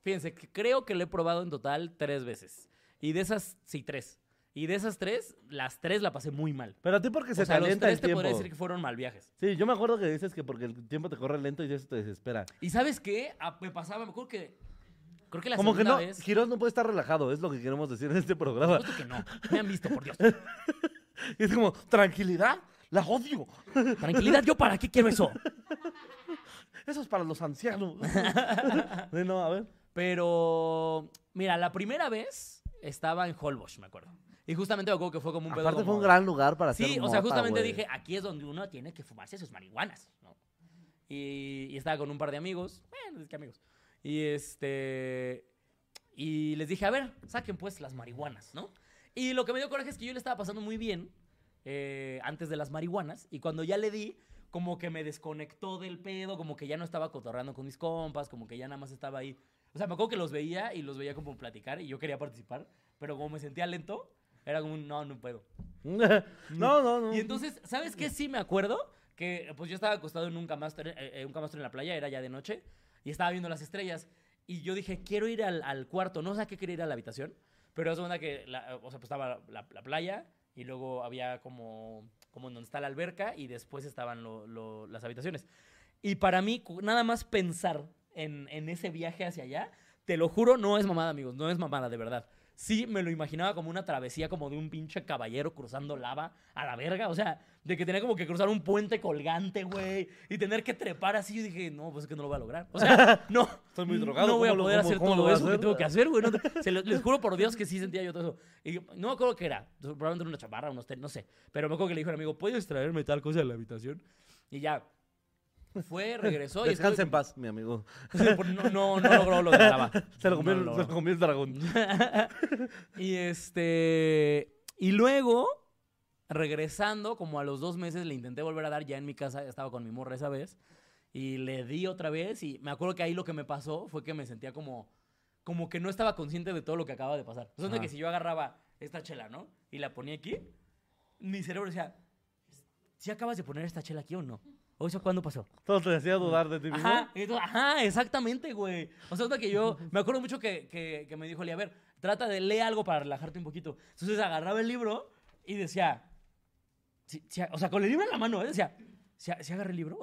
Fíjense, que creo que le he probado en total tres veces. Y de esas, sí, tres. Y de esas tres, las tres la pasé muy mal. Pero a ti porque se o sea, los calienta tres el te tiempo. podría decir que fueron mal viajes. Sí, yo me acuerdo que dices que porque el tiempo te corre lento y eso te desespera. ¿Y sabes qué? Ah, me pasaba, me acuerdo que. Creo que la Como que segunda no, vez. Quirós no puede estar relajado, es lo que queremos decir en este programa. Por supuesto que no. Me han visto, por Dios. Y es como, tranquilidad, la odio. Tranquilidad, ¿yo para qué quiero eso? Eso es para los ancianos. Sí, no, a ver. Pero, mira, la primera vez estaba en Holbox, me acuerdo. Y justamente me acuerdo que fue como un pedo Aparte fue como- un gran lugar para hacer Sí, o sea, mota, justamente güey. dije, aquí es donde uno tiene que fumarse sus marihuanas, ¿no? Y, y estaba con un par de amigos, bueno, es que amigos. Y este y les dije, a ver, saquen pues las marihuanas, ¿no? Y lo que me dio coraje es que yo le estaba pasando muy bien eh, antes de las marihuanas y cuando ya le di como que me desconectó del pedo, como que ya no estaba cotorreando con mis compas, como que ya nada más estaba ahí. O sea, me acuerdo que los veía y los veía como platicar y yo quería participar, pero como me sentía lento, era como un no, no puedo. no, no, no. Y entonces, ¿sabes qué? Sí me acuerdo que pues yo estaba acostado en un camastro, eh, eh, un camastro en la playa, era ya de noche, y estaba viendo las estrellas. Y yo dije, quiero ir al, al cuarto. No sé a qué quería ir a la habitación, pero es una que, la- o sea, pues estaba la, la playa y luego había como, como en donde está la alberca y después estaban lo- lo- las habitaciones. Y para mí, cu- nada más pensar en, en ese viaje hacia allá, te lo juro, no es mamada, amigos, no es mamada, de verdad. Sí, me lo imaginaba como una travesía como de un pinche caballero cruzando lava a la verga. O sea, de que tenía como que cruzar un puente colgante, güey. Y tener que trepar así. Yo dije, no, pues es que no lo voy a lograr. O sea, no. Estoy muy drogado, No voy a ¿cómo lo- poder cómo- hacer cómo lo todo voy a eso que hacer? tengo que hacer, güey. No te- se lo- les juro por Dios que sí sentía yo todo eso. Y yo, no me acuerdo qué era. Probablemente era una chamarra, unos tenis, no sé. Pero me acuerdo que le dijo al amigo, ¿puedes traerme tal cosa de la habitación? Y ya. Fue, regresó y estuve Descansa en paz, mi amigo. no, no, no logró lo de la lava. Se lo comió, Ah, No el- se lo logró. comió el dragón. y este. Y luego, regresando, como a los dos meses, le intenté volver a dar ya en mi casa. Estaba con mi morra esa vez. Y le di otra vez. Y me acuerdo que ahí lo que me pasó fue que me sentía como. Como que no estaba consciente de todo lo que acaba de pasar. O sea, de Ajá. que si yo agarraba esta chela, ¿no? Y la ponía aquí, mi cerebro decía. ¿Si acabas de poner esta chela aquí o no? ¿O eso cuándo pasó? Todo te hacía dudar de ti mismo. Ajá, entonces- ajá, exactamente, güey. O sea, onda que yo me acuerdo mucho que, que- que me dijo Lee, a ver, trata de leer algo para relajarte un poquito. Entonces agarraba el libro y decía, sí, sí, o sea, con el libro en la mano, ¿eh? decía, ¿se agarra el libro?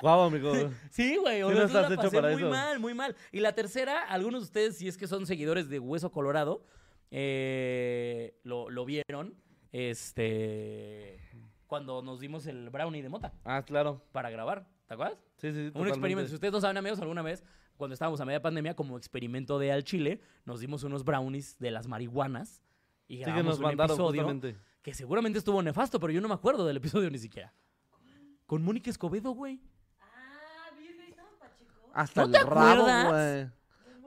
Guau, amigo. sí, güey, o Sí, sea, entonces no estás la hecho pasé para muy eso. mal, muy mal. Y la tercera, algunos de ustedes, si es que son seguidores de Hueso Colorado, eh, lo, lo vieron, este, cuando nos dimos el brownie de mota Ah, claro. para grabar, ¿te acuerdas? Sí, sí, sí. Un totalmente. experimento. Si ustedes no saben, amigos, alguna vez, cuando estábamos a media pandemia, como experimento de al Chile, nos dimos unos brownies de las marihuanas y Sí, que grabamos nos un mandaron episodio justamente. que seguramente estuvo nefasto, pero yo no me acuerdo del episodio ni siquiera. Con Mónica Escobedo, güey. Ah, bien, ahí estaba Pacheco. Hasta ¿No el te rabo, acuerdas? güey.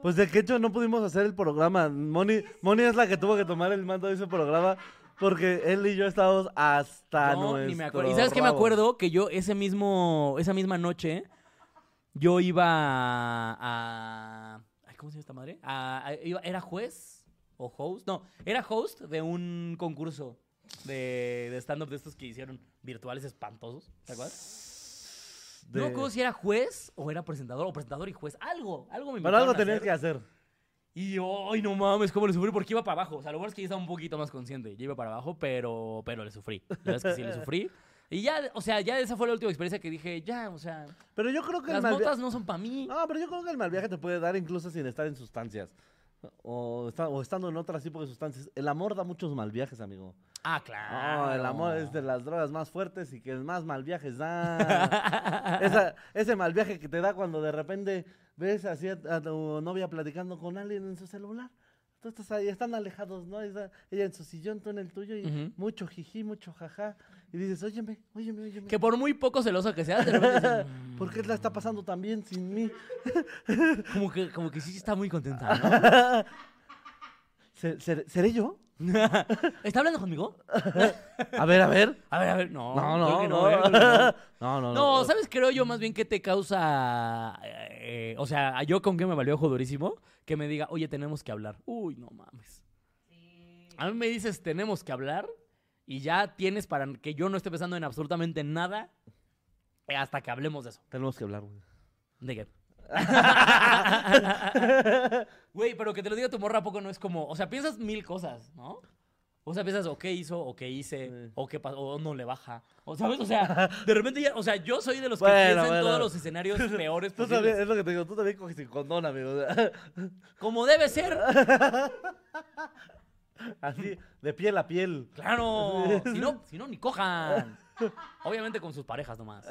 Pues de que hecho no pudimos hacer el programa. Moni, Moni es la que tuvo que tomar el mando de ese programa porque él y yo estábamos hasta no, nuestro ni me acuerdo. ¿Y sabes qué me rabo. acuerdo? Que yo ese mismo, esa misma noche, yo iba a... ay, ¿Cómo se llama esta madre? A- a- iba- ¿Era juez o host? No, era host de un concurso de, de stand-up de estos que hicieron virtuales espantosos. ¿Te acuerdas? De- No me acuerdo si era juez o era presentador o presentador y juez. Algo, algo me Pero invitaron algo a tenías hacer. que hacer. Y ay, no mames, cómo le sufrí porque iba para abajo. O sea, lo bueno es que ya estaba un poquito más consciente. Yo iba para abajo, pero, pero le sufrí. La verdad es que sí le sufrí. Y ya, o sea, ya esa fue la última experiencia que dije, ya, o sea, Pero yo creo que el las mal via- motas no son para mí. No, pero yo creo que el mal viaje te puede dar incluso sin estar en sustancias. O, esta- o estando en otras tipo de sustancias. El amor da muchos mal viajes, amigo. Ah, No, claro. el amor es de las drogas más fuertes y que más mal viajes da. Esa- ese mal viaje que te da cuando de repente ves así a, a tu novia platicando con alguien en su celular. Tú estás ahí, están alejados, ¿no? Esa- ella en su sillón, tú en el tuyo y Ujú. mucho jiji, mucho jaja. Y dices, óyeme, óyeme, óyeme. Que por muy poco celoso que seas, de repente dices, ¿Por qué la está pasando tan bien sin mí? "Mm, como que, como que sí sí está muy contenta, ¿Se- ser- ¿Seré yo? ¿no? ¿Está hablando conmigo? A ver, a ver. A ver, a ver, no. No, creo no, que no. eh, creo que no. No, no, No, no. ¿sabes? Creo yo más bien que te causa. eh, o sea, ¿a yo con qué me valió ojo durísimo que me diga, oye, tenemos que hablar. Uy, no mames. A mí me dices, tenemos que hablar y ya tienes para que yo no esté pensando en absolutamente nada eh, hasta que hablemos de eso. Tenemos que hablar, güey. ¿De qué? Güey, pero que te lo diga tu morra, ¿a poco no es como. O sea, piensas mil cosas, ¿no? O sea, piensas, o qué hizo, o qué hice, Sí. o qué pasó, o no le baja. O sabes, o sea, de repente ya. O sea, yo soy de los que Bueno, piensan bueno. todos los escenarios peores Tú también, posibles. es lo que te digo, tú también coges sin condón, amigo. Como debe ser. Así, de piel a piel. Claro. Si no, si no, ni cojan. Obviamente con sus parejas nomás.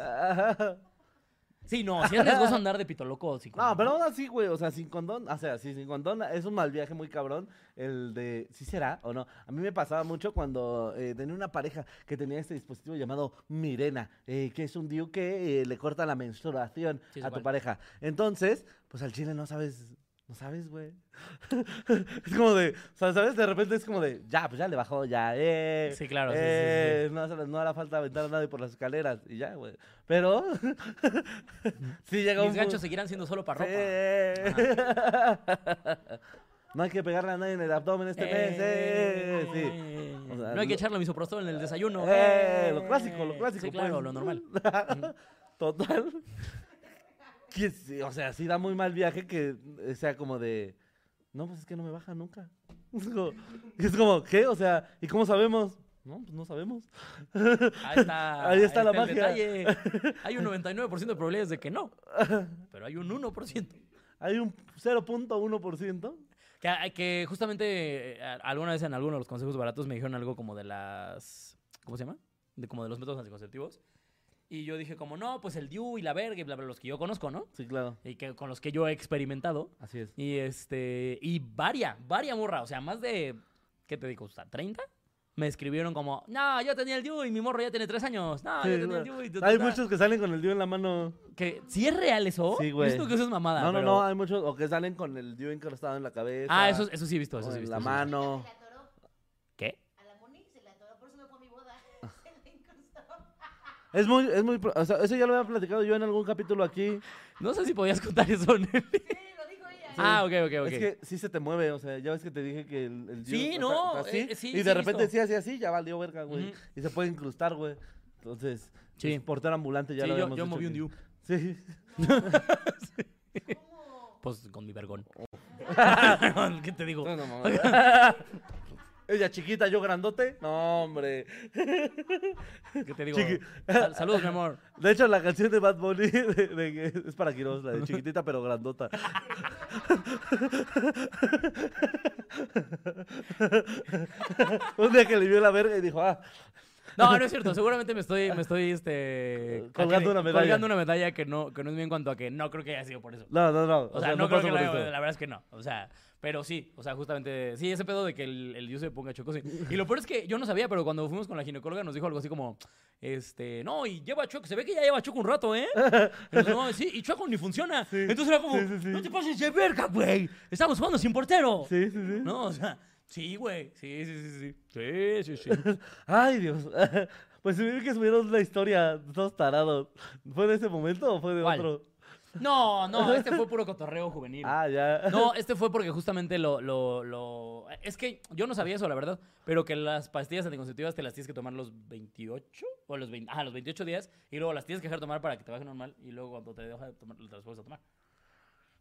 Sí, no, si es riesgoso andar de pito loco. sí, como- No, pero aún así, güey, o sea, sin condón, o sea, sí, sin condón es un mal viaje muy cabrón, el de, ¿sí será o no? A mí me pasaba mucho cuando eh, tenía una pareja que tenía este dispositivo llamado Mirena, eh, que es un DIU que eh, le corta la menstruación Sí, sé a tu cuál. pareja. Entonces, pues al chile no sabes, no sabes, güey. es como de, o sea, ¿sabes? De repente es como de, ya, pues ya le bajó, ya, eh. Sí, claro, sí, sí, sí, eh, No, hace- no hará falta aventar a nadie por las escaleras y ya, güey. Pero, sí llega un Mis pu- ganchos seguirán siendo solo para ropa. Sí. No hay que pegarle a nadie en el abdomen este mes. eh, sí. Eh, O sea, no hay que lo- echarle misoprostol en el desayuno. Eh, lo clásico, lo clásico, Sí, claro, pues. lo normal. Total. Que sí, o sea, sí da muy mal viaje que eh, sea como de. No, pues es que no me baja nunca. Es como, es como, ¿qué? O sea, ¿y cómo sabemos? No, pues no sabemos. Ahí está, Ahí está la el magia. detalle. Hay un 99% de probabilidades de que no, pero hay un 1%. Hay un 0.1%. Que, ah, que justamente eh, a- alguna vez en alguno de los consejos baratos me dijeron algo como de las. ¿Cómo se llama? De, como de los métodos anticonceptivos. Y yo dije, como no, pues el DIU y la verga y bla, bla, los que yo conozco, ¿no? Sí, claro. Y que con los que yo he experimentado. Así es. Y este. Y varia, varia morra. O sea, más de. ¿Qué te digo? ¿Hasta 30? Me escribieron como, no, yo tenía el DIU y mi morro ya tiene tres años. No, Sí, yo tenía el güey. DIU y. ta, ta, Hay ta". muchos que salen con el dio en la mano. Que, si es real eso, Sí, Yo güey. siento que eso es mamada. no, no, pero- no, hay muchos. O que salen con el dio encrustado en la cabeza. Ah, eso, eso sí he visto. o Eso sí he en visto. la eso sí he mano. Se le atoró. visto. ¿Qué? A la Moni se le atoró, por eso no fue a mi boda. Se le incrustó. Es muy, es muy, pro- o sea, eso ya lo había platicado yo en algún capítulo aquí. No sé si podías contar eso, Nelly. Sí, lo dijo ella. Ah, ok, ok, ok. Es que sí se te mueve, o sea, ya ves que te dije que el, el Sí, o sea, no, así, eh, eh, sí, y sí de he repente visto. sí así así, ya valió verga, güey. Ujú. Y se puede incrustar, güey. Entonces, Sí. es portero ambulante ya Sí, lo yo- habíamos yo dicho moví un aquí. diu. Sí. ¿Cómo? Pues con mi vergón. ¿Qué te digo? Oh. No, no, mamá. Ella chiquita, yo grandote. No, hombre. ¿Qué te digo? Chiqui- Sal- saludos, mi amor. De hecho, la canción de Bad Bunny de- de- es para Quiroz, la de chiquitita pero grandota. Un día que le vio la verga y dijo, ah, No, no es cierto. Seguramente me estoy, me estoy, este... Colgando una medalla. Colgando una medalla que no, que no es bien en cuanto a que no creo que haya sido por eso. no, no, no. O sea, no, creo pasó que por la, eso. la verdad es que no. O sea, pero sí, o sea, justamente, sí, ese pedo de que el, el dios se ponga choco, sí. Y lo peor es que yo no sabía, pero cuando fuimos con la ginecóloga nos dijo algo así como, este, no, y lleva choco, se ve que ya lleva choco un rato, ¿eh? Y nos, no, sí, y choco ni funciona. Entonces era como, sí, sí, sí. no te pases de verga, güey. Estamos jugando sin portero. Sí, sí, sí. No, o sea, sí, güey. Sí, sí, sí, sí. Sí, sí, sí. Ay, Dios. Pues se vio que subieron la historia, dos tarados. ¿Fue de ese momento o fue de ¿Cuál? otro? No, no, este fue puro cotorreo juvenil. Ah, ya. No, este fue porque justamente lo, lo, lo- Es que yo no sabía eso, la verdad. Pero que las pastillas anticonceptivas te las tienes que tomar los 28 o los 20, ah, los 28 días. Y luego las tienes que dejar tomar para que te baje normal. Y luego cuando te deja de tomar, te las vuelves a tomar.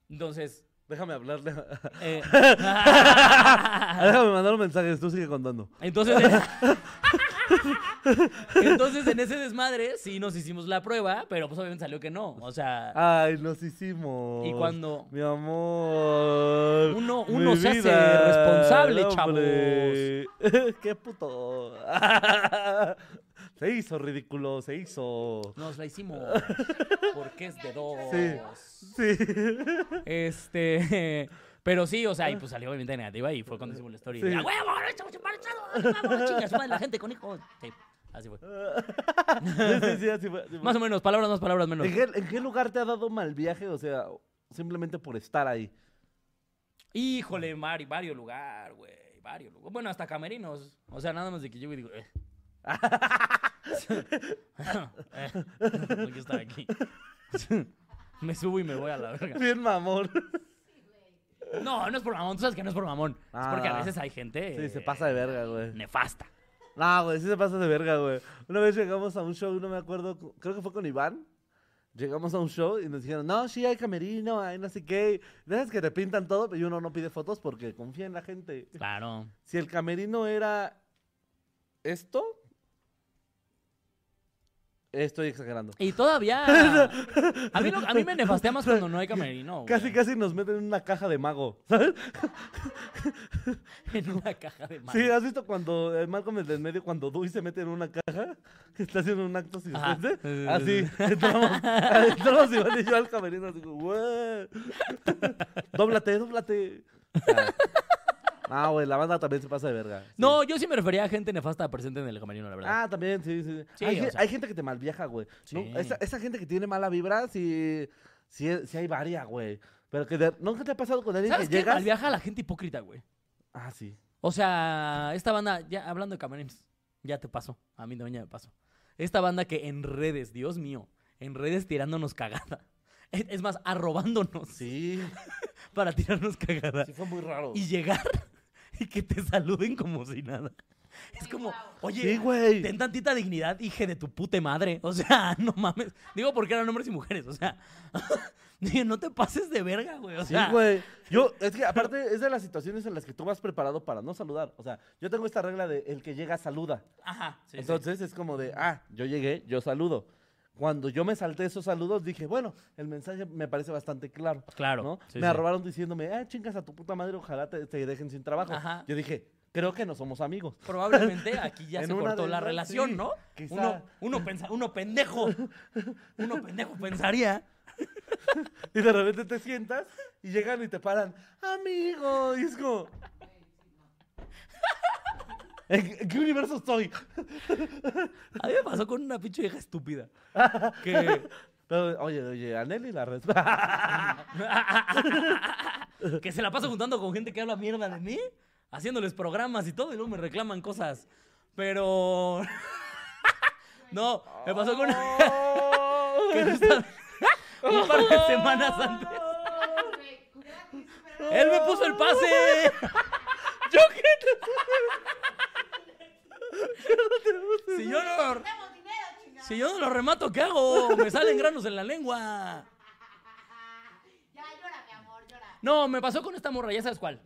Entonces. Déjame hablarle. eh, Déjame mandar un mensaje, tú sigue contando. Entonces, en- entonces en ese desmadre sí nos hicimos la prueba, pero pues obviamente salió que no. O sea, Ay, nos hicimos. y cuando Mi amor. Uno- mi uno se hace vida, responsable, hombre. Qué puto. se hizo ridículo, se hizo. nos la hicimos, porque es de dos. Sí. Este. Pero sí, o sea, y pues salió obviamente negativa y fue cuando hicimos la historia. Sí. ¡A huevo! ¡No estamos embarazados! ¡No vamos, chingas, madre, la gente con hijos! Sí, así fue. sí, sí, así fue, así fue. Más o menos, palabras más, palabras menos. ¿En, qué, en qué lugar te ha dado mal viaje? O sea, simplemente por estar ahí. Híjole, Mari, varios lugar, güey. Varios lugar. Bueno, hasta camerinos. O sea, nada más de que llego y digo. Eh. Eh, no quiero estar aquí. me subo y me voy a la verga. Bien, mamón. No, no es por mamón. Tú sabes que no es por mamón. Ah. es porque a veces hay gente. Sí, se eh, pasa de verga, güey. Nefasta. No, güey, sí se pasa de verga, güey. Una vez llegamos a un show, no me acuerdo, cu- creo que fue con Iván. Llegamos a un show y nos dijeron, no, sí, hay camerino, hay no sé qué. De esas que te pintan todo, y uno no pide fotos porque confía en la gente. Claro. Si el camerino era esto, estoy exagerando. Y todavía. A mí, lo- a mí me nefastea más cuando no hay camerino. güey. Casi, casi nos meten en una caja de mago, ¿sabes? En una caja de manos. Sí, ¿has visto cuando el Malcolm el del medio, cuando Dewey se mete en una caja, que está haciendo un acto sin Ajá. Así, entramos, entramos Iván y yo al camerino, así como, "Güey, dóblate, dóblate. Ah, güey, la banda también se pasa de verga. sí. No, yo sí me refería a gente nefasta presente en el camerino, la verdad. Ah, también, sí, sí. Sí, hay, o gen- sea. hay gente que te malviaja, güey. ¿no? Sí. Esa, esa gente que tiene mala vibra, sí, sí, sí hay varias, güey. Pero que de- nunca te ha pasado con alguien que ¿Sabes qué? llegas. Malviaja a la gente hipócrita, güey. Ah, sí. O sea, esta banda, ya hablando de camerinos, ya te pasó. A mí también ya me pasó. Esta banda que en redes, Dios mío, en redes tirándonos cagada. Es, es más, arrobándonos Sí. para tirarnos cagada. Sí, fue muy raro. Y llegar y que te saluden como si nada. Es Sí, como, guau. oye, Sí, güey. ten tantita dignidad, hija de tu puta madre. O sea, no mames. Digo porque eran hombres y mujeres, o sea. digo, no te pases de verga, güey. O Sí, sea, güey. Yo, es que aparte es de las situaciones en las que tú vas preparado para no saludar. O sea, yo tengo esta regla de el que llega saluda. Ajá. sí, sí. Entonces es como de, ah, yo llegué, yo saludo. Cuando yo me salté esos saludos, dije, bueno, el mensaje me parece bastante claro. Claro, ¿no? sí, me sí. arrobaron diciéndome, ah, chingas a tu puta madre, ojalá te, te dejen sin trabajo. Ajá. Yo dije, creo que no somos amigos. Probablemente aquí ya En se una cortó de la esas, relación, sí, ¿no? quizá. Uno, uno, pensa- uno pendejo. Uno pendejo pensaría. Y de repente te sientas y llegan y te paran, amigo. Y es como. ¿En en qué universo estoy? A mí me pasó con una pinche vieja estúpida. Que, Pero, oye, oye, a Nelly la red. que se la pasa juntando con gente que habla mierda de mí, haciéndoles programas y todo, y luego me reclaman cosas. Pero. No, me pasó con una. que justa- Un par de semanas antes. Güey, gratis, pero ¡Él me puso el pase! ¿Yo qué Si yo no. damos dinero, chingada. Si yo no lo remato, ¿qué hago? Me salen granos en la lengua. Ya llora, mi amor, llora. No, me pasó con esta morra, ya sabes cuál.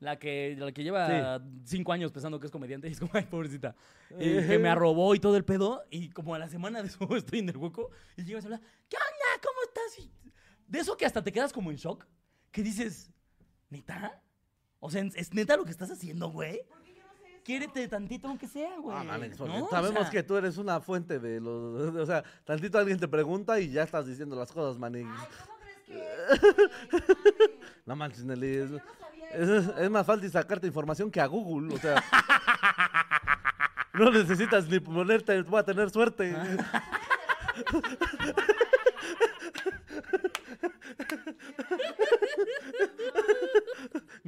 La que, la que lleva cinco años pensando que es comediante y es como, ay, pobrecita. Eh. Y que me arrobó y todo el pedo. Y como a la semana de eso estoy en el hueco y llegas a hablar, ¿qué onda? ¿Cómo estás? Y de eso que hasta te quedas como en shock. Que dices, ¿neta? O sea, ¿es neta lo que estás haciendo, güey? Quiérete tantito aunque sea, güey. Ah, mames, porque ¿no? O sabemos sea, que tú eres una fuente de los. O sea, tantito alguien te pregunta y ya estás diciendo las cosas, maní. Ay, ¿cómo crees que es? güey? No No manches, mames. Nelly. Es, Yo no sabía es- es- es más fácil sacarte información que a Google. O sea. no necesitas ni ponerte. Voy a tener suerte. Ah.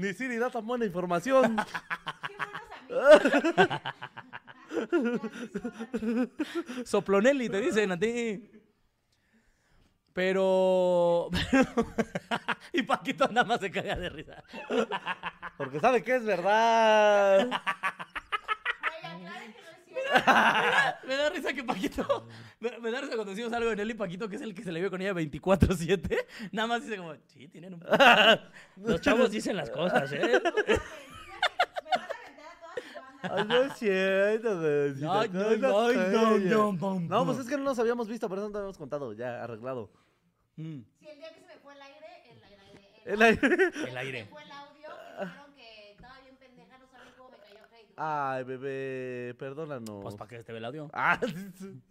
ni Siri da tan buena información. Qué buenos amigos. Soplonelli, te dicen a ti. Pero. y Paquito nada más se caga de risa. Porque sabe que es verdad. Güey, aclaren que no es cierto. Me da risa que Paquito. Me, me da risa cuando decimos algo de Nelly Paquito, que es el que se le vio con ella 24-7. Nada más dice como, sí, tienen un. Los chavos dicen las cosas, ¿eh? Me van a aventar a toda su banda. Ay, no es cierto, güey. Si Ay, te no, acuerdas, no, güey. no, no, no, no. No, pues es que no nos habíamos visto, por eso no te habíamos contado. Ya, arreglado. Mm. Si el día que se me fue el aire, el aire, el, El aire- El aire. Se me fue el audio, me dijeron que estaba bien pendeja, no saben cómo me cayó Facebook. Ay, bebé, perdónanos. Pues para que este ve el audio. Ah, sí, sí.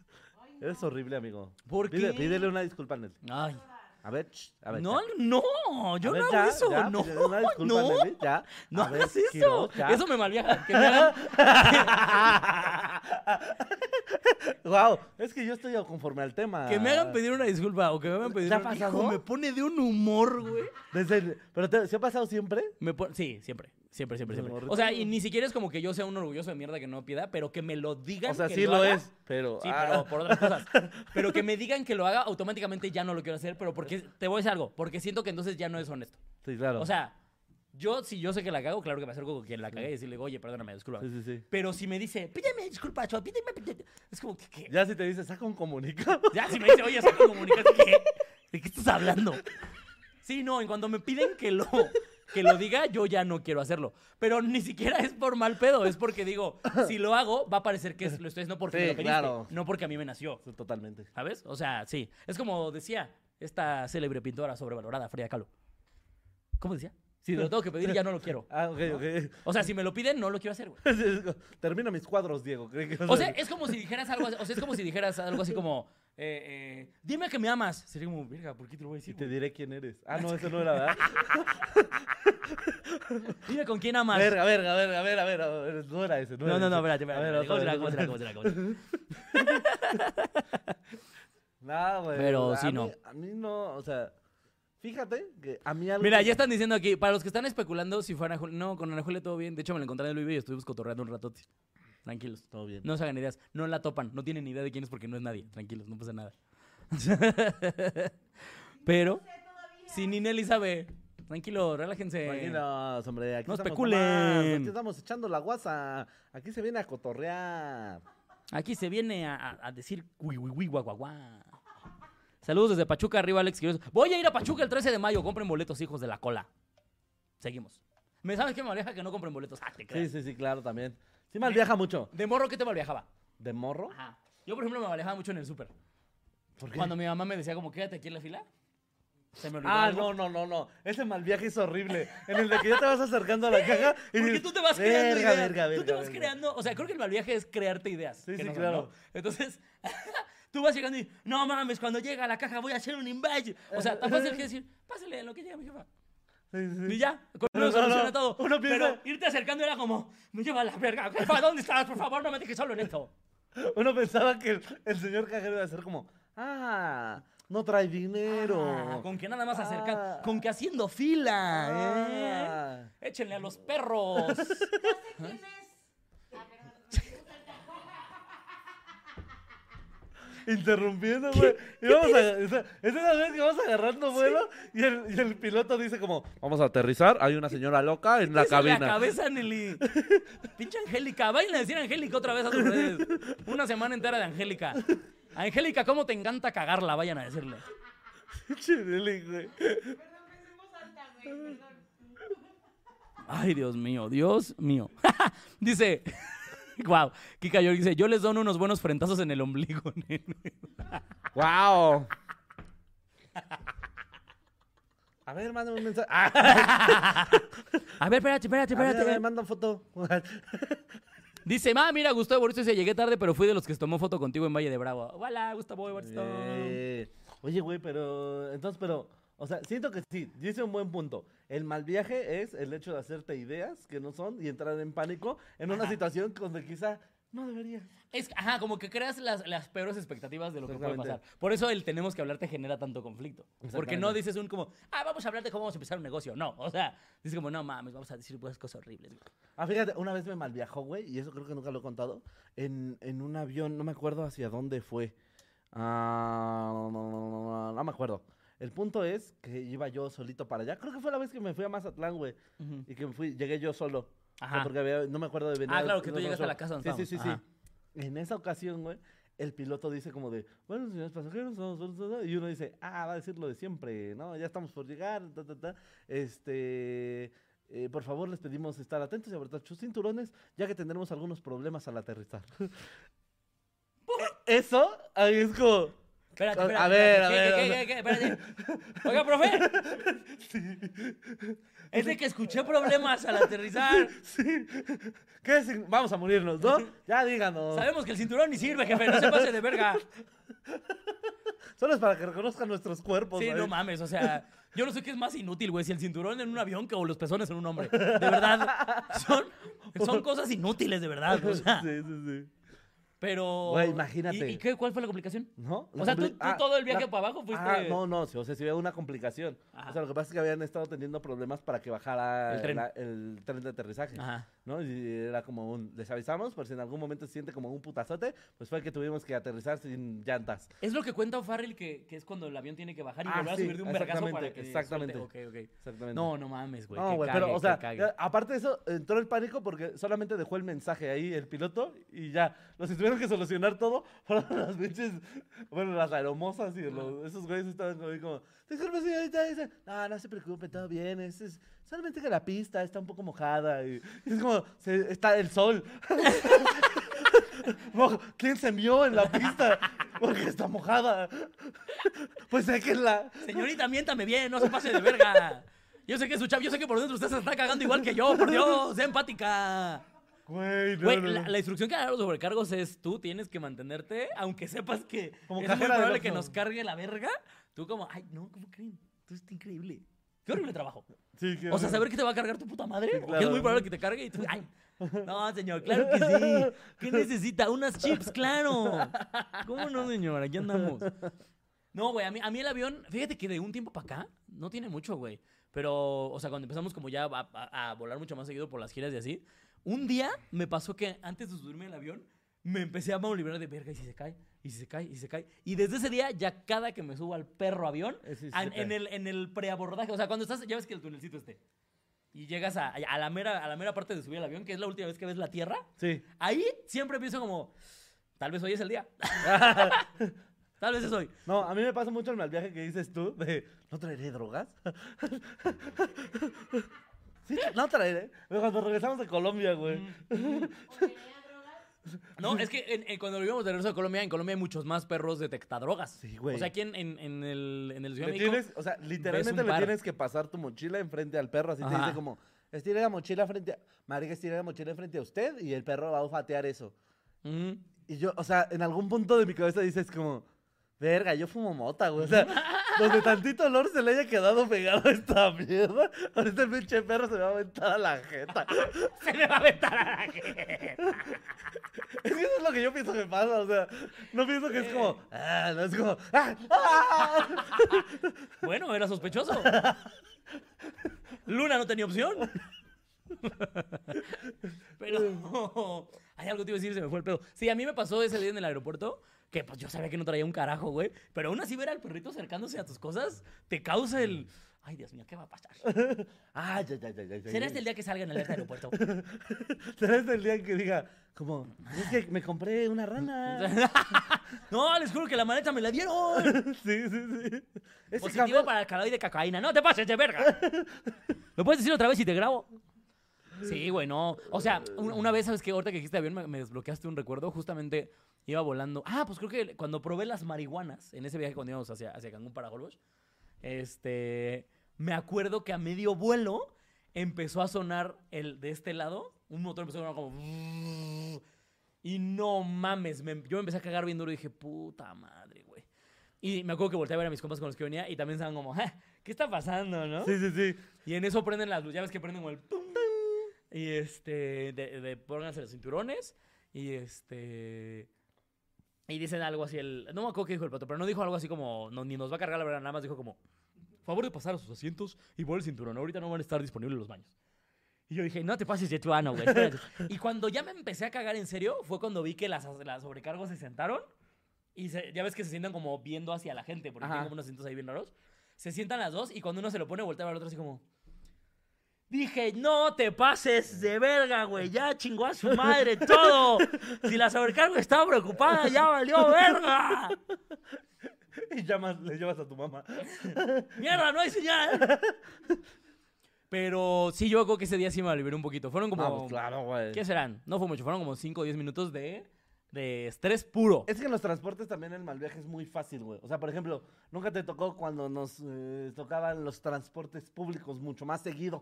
eres horrible, amigo. ¿Por Pide- qué? Pídele una disculpa a Nelly. Ay. A ver, ch, a ver. No, ya. no, A yo ver, no ya, hago eso, ya, no. pídele una disculpa a No, Nelly, ya. no A ver, hagas eso. Quiroz, ya. Eso me malviaja. Que me hagan Guau, es que yo estoy conforme al tema. Que me hagan pedir una disculpa o que me hagan pedir ¿Te ha una pasado? Hijo, Pues, me pone de un humor, güey. Desde el- ¿Pero te, se ha pasado siempre? Me pon- Sí, siempre. Siempre, siempre, Desde siempre. morrito. O sea, y ni siquiera es como que yo sea un orgulloso de mierda que no pida, pero que me lo digan. O sea, que sí lo, haga. es, pero... Sí, ah, pero por otras cosas. Pero que me digan que lo haga, automáticamente ya no lo quiero hacer, pero porque te voy a decir algo, porque siento que entonces ya no es honesto. Sí, claro. O sea, Yo, si yo sé que la cago, claro que me acerco con quien la cagué y decirle, oye, perdóname, disculpa. Sí, sí, sí. Pero si me dice, pídeme disculpa, chava, pídeme, pídeme", Es como que, ¿qué? Ya si te dice, saca un comunicado. Ya, si me dice, oye, saca comunicaste, ¿qué? ¿De qué estás hablando? Sí, no, en cuanto me piden que lo, que lo diga, yo ya no quiero hacerlo. Pero ni siquiera es por mal pedo, es porque digo, si lo hago, va a parecer que es- lo estoy haciendo porque Sí, me lo pediste, claro. no porque a mí me nació. Sí, Totalmente. ¿Sabes? O sea, sí. Es como decía esta célebre pintora sobrevalorada, Frida Kahlo. ¿Cómo decía? Si te lo tengo que pedir, ya no lo quiero. Ah, ok, ok. O sea, si me lo piden, no lo quiero hacer, güey. Sí, es como, Termina mis cuadros, Diego. creo que- O sea, es como si dijeras algo así, o sea, es como si dijeras algo así como, eh, eh, dime que me amas. Sería como, verga, ¿por qué te lo voy a Y decir? te güey? diré quién eres. Ah, no, eso no era, ¿verdad? Dime con quién amas. Verga, verga, verga, verga, verga, verga. No era ese, no No, no, era no, ese. espérate, A ver, espérate. ¿Cómo será, otra cómo vez, será, otra cómo vez. será, cómo será? No, güey. Pero a sí, mí- no. A mí no, o sea, fíjate que a mí algo... Mira, ya están diciendo aquí, para los que están especulando si fue Ana Julia. No, con Ana Julia todo bien. De hecho, me la encontré en el vivo y estuvimos cotorreando un ratote. Tranquilos. Todo bien. No se hagan ideas. No la topan. No tienen ni idea de quién es porque no es nadie. Tranquilos, no pasa nada. Pero, si Ninelli sabe, tranquilo, relájense. Tranquilos, hombre, aquí No estamos especulen. nomás, Aquí estamos echando la guasa. Aquí se viene a cotorrear. Aquí se viene a, a- a decir cui, cui, cui, guau, guau, guau. Saludos desde Pachuca, arriba Alex Quiroz. Voy a ir a Pachuca el 13 de mayo. Compren boletos, hijos de la cola. Seguimos. ¿Me sabes qué me maneja que no compren boletos? Ah, te Sí, creas. sí, sí, claro, también. Sí mal viaja mucho. De morro, ¿qué te malviajaba? ¿De morro? Ajá. Yo, por ejemplo, me malviajaba mucho en el súper. ¿Por qué? Cuando mi mamá me decía como, quédate aquí en la fila. Se me olvidaba. Ah, algo. no, no, no, no. Ese mal viaje es horrible. En el de que ya te vas acercando a la caja y Porque dices, tú te vas creando "Verga, ideas. verga, tú te verga, vas verga". creando. O sea, creo que el mal viaje es crearte ideas. Sí, que sí, no son, claro. ¿no? Entonces, tú vas llegando y, no mames, cuando llega a la caja voy a hacer un invite. O sea, tan fácil que decir, pásale en lo que llega mi jefa. Sí, sí, sí. Y ya, con No, uno no, soluciona no. todo. Uno piensa- Pero irte acercando era como, me lleva a la verga. Jefa, ¿dónde estás? Por favor, no me dejes solo en esto. Uno pensaba que el, el señor cajero iba a ser como, ah, no trae dinero. Ah, con que nada más Ah. acercar, con que haciendo fila. Ah. ¿eh? Échenle a los perros. Ya sé quién es. Ah, perdón. Interrumpiendo, güey. Y vamos a. esa- Es esa vez que vamos agarrando vuelo y, el, y el piloto dice como, vamos a aterrizar, hay una señora loca en la Eso es cabina. La cabeza, Nelly. Pinche Angélica. Vayan a decir Angélica otra vez a sus redes. Una semana entera de Angélica. Angélica, ¿cómo te encanta cagarla? Vayan a decirle. Chirili, güey. Perdón, pensé en voz alta, güey. Perdón. Ay, Dios mío, Dios mío. dice, wow, Kika York dice, yo les dono unos buenos frentazos en el ombligo, nene. ¡Wow! A ver, mándame un mensaje. Ah, A ver, espérate, espérate, a ver, a espérate. ver, manda foto. Dice, ma, mira, Gustavo Borges dice, llegué tarde, pero fui de los que se tomó foto contigo en Valle de Bravo. Hola, Gustavo Borges. Eh, Oye, güey, pero. Entonces, pero. O sea, siento que sí, dice un buen punto. El mal viaje es el hecho de hacerte ideas que no son y entrar en pánico en una situación donde quizá no deberías. Es, ajá, como que creas las, las peores expectativas de lo que puede pasar. Exactamente. Por eso el tenemos que hablar te genera tanto conflicto. Porque no Exactamente. dices un como, ah, vamos a hablar de cómo vamos a empezar un negocio. No, o sea, dices como, no mames, vamos a decir puras cosas horribles. Ah, fíjate, una vez me malviajó, güey, y eso creo que nunca lo he contado, en, en un avión, no me acuerdo hacia dónde fue. Ah, no, no, no, no, no me acuerdo. El punto es que iba yo solito para allá. Creo que fue la vez que me fui a Mazatlán, güey, Ujú. y que me fui, llegué yo solo. O sea, Ajá. porque había- no me acuerdo de venir. Ah, claro, que tú llegaste a la casa donde Sí, sí, sí, sí. estábamos. En esa ocasión, güey, el piloto dice como de, bueno, señores pasajeros, vamos, vamos, vamos", y uno dice, ah, va a decir lo de siempre, ¿no? Ya estamos por llegar, ta, ta, ta. Este, eh, por favor, les pedimos estar atentos y apretar sus cinturones, ya que tendremos algunos problemas al aterrizar. E, Eso, ahí es como... Espérate, A- espérate. a ver, espérate. a ¿Qué, ver, qué, qué, qué? Espérate. Oiga, profe, es de que escuché problemas al aterrizar. Sí. ¿Qué sign- Vamos a morirnos, ¿no? Ya díganos. Sabemos que el cinturón ni sirve, jefe, no se pase de verga. Solo es para que reconozcan nuestros cuerpos. Sí, Pues ahí. no mames, o sea, yo no sé qué es más inútil, güey, si el cinturón en un avión que o los pezones en un hombre. De verdad, son, son cosas inútiles, de verdad. O sea, Sí, sí, sí. Pero. Güey, imagínate. ¿Y, y qué, cuál fue la complicación? ¿No? O sea, tú- compli- tú todo el viaje para abajo fuiste- Ah, no, no, sí, o sea, sí había una complicación. Ajá. O sea, lo que pasa es que habían estado teniendo problemas para que bajara El tren. la- el tren de aterrizaje. Ajá. ¿No? Y era como un. Les avisamos, por si en algún momento se siente como un putazote, pues fue que tuvimos que aterrizar sin llantas. Es lo que cuenta O'Farrell que, que es cuando el avión tiene que bajar y Ah, volver sí, a subir de un vergazo para exactamente, que. exactamente. suelte. Ok, ok. Exactamente. No, no mames, güey. No, qué güey, cague, pero, o qué sea, cague. eh, aparte de eso, entró el pánico porque solamente dejó el mensaje ahí el piloto y ya. Los que tuvieron que solucionar todo fueron las pinches, bueno, las aeromosas y los- esos güeyes estaban como, ahí como, disculpe señorita, y dice, no, no se preocupe, todo bien, es, es solamente que la pista está un poco mojada y, y es como, se- está el sol. Mojo, ¿Quién se mió en la pista? Porque está mojada. Pues séquenla. Señorita, miéntame bien, no se pase de verga. Yo sé que su chavo, yo sé que por dentro usted se está cagando igual que yo, por Dios, sea empática. Güey, no, Güey, no, la, no. la instrucción que dan a los sobrecargos es tú tienes que mantenerte, aunque sepas que Como es muy cajera de probable Oxxo. que nos cargue la verga. Tú como, ay, no, ¿cómo creen? Tú está increíble. Qué horrible trabajo. Sí, qué O sea, horror. saber que te va a cargar tu puta madre, Sí, o que es claro. muy probable que te cargue y tú, ay, no, señor, claro que sí. ¿Qué necesita? Unas chips, claro. ¿Cómo no, señor? Aquí andamos. No, güey, a mí, a mí el avión, fíjate que de un tiempo para acá, no tiene mucho, güey. Pero, o sea, cuando empezamos como ya a, a- a volar mucho más seguido por las giras y así, un día me pasó que antes de subirme al avión, me empecé a malibrar de verga y si se cae, y si se cae, y si se cae. Y desde ese día, ya cada que me subo al perro avión, Eh, sí, sí, an- se en, cae. el, en el preabordaje, o sea, cuando estás, ya ves que el tunelcito esté. Y llegas a, a la mera, a la mera parte de subir al avión, que es la última vez que ves la tierra. Sí. Ahí siempre pienso como, tal vez hoy es el día. tal vez es hoy. No, a mí me pasa mucho el mal viaje que dices tú de no traeré drogas. sí, no traeré. Pero Cuando regresamos de Colombia, güey. O tenía drogas. No, es que en- en- cuando vivimos de regreso a Colombia, en Colombia hay muchos más perros detectadrogas. Sí, güey. O sea, aquí en, en- en el, en el Ciudad Le de México- tienes, o sea, literalmente un le par. tienes que pasar tu mochila enfrente al perro. Así te Ajá. dice como, estira la mochila frente a. Marica, estira la mochila enfrente a usted y el perro va a olfatear eso. Ujú. Y yo, o sea, en algún punto de mi cabeza dices como, verga, yo fumo mota, güey. O sea, donde tantito olor se le haya quedado pegado a esta mierda, ahorita el pinche perro se me va a aventar a la jeta. Se le va a aventar a la gente. Es que eso es lo que yo pienso que pasa, o sea, no pienso que es como, Eh. ah, no es como, ah, ah. Bueno, era sospechoso. Luna no tenía opción. Pero hay algo que te iba a decir, se me fue el pedo. Sí, a mí me pasó ese día en el aeropuerto que pues yo sabía que no traía un carajo, güey. Pero aún así ver al perrito acercándose a tus cosas te causa el... Ay, Dios mío, ¿qué va a pasar? Ah, ya, ya, ya, ya. ya, Será ya. este el día que salga en el aeropuerto. Será este el día en que diga, como, es que me compré una rana. no, les juro que la maleta me la dieron. sí, sí, sí. Ese Positivo café- para el caloide de cacaína. No te pases de verga. ¿Lo puedes decir otra vez y te grabo? Sí, güey, no. O sea, un- una vez, ¿sabes qué? Ahorita que dijiste avión, me, me desbloqueaste un recuerdo. Justamente iba volando. Ah, pues creo que cuando probé las marihuanas, en ese viaje cuando íbamos hacia, hacia Cancún para Holbox, este, me acuerdo que a medio vuelo empezó a sonar el de este lado. Un motor empezó a sonar como... Y no mames, me- yo me empecé a cagar bien duro y dije, puta madre, güey. Y me acuerdo que volteé a ver a mis compas con los que venía y también estaban como, "Ja, ¿qué está pasando, no? Sí, sí, sí. Y en eso prenden las luces, ya ves que prenden como el tum, tum. Y este, de, de- pónganse los cinturones y este... Y dicen algo así, el, no me acuerdo qué dijo el pato, pero no dijo algo así como, no, ni nos va a cargar la verdad, nada más dijo como, favor de pasar a sus asientos y por el cinturón, ahorita no van a estar disponibles los baños. Y yo dije, no te pases de tu ano, güey. espérate". y cuando ya me empecé a cagar en serio, fue cuando vi que las, las sobrecargos se sentaron. Y se- ya ves que se sientan como viendo hacia la gente, porque Ajá. tienen como unos asientos ahí bien raros. Se sientan las dos y cuando uno se lo pone, voltea al otro así como... Dije, no te pases de verga, güey. Ya chingó a su madre todo. Si la sobrecargo estaba preocupada, ya valió verga. Y llamas, le llevas a tu mamá. Mierda, no hay señal. Pero sí, yo creo que ese día sí me liberé un poquito. Fueron como... Ah, pues claro, güey. ¿Qué serán? No fue mucho, fueron como 5 o 10 minutos de, de estrés puro. Es que en los transportes también el mal viaje es muy fácil, güey. O sea, por ejemplo, nunca te tocó cuando nos eh, tocaban los transportes públicos mucho más seguido.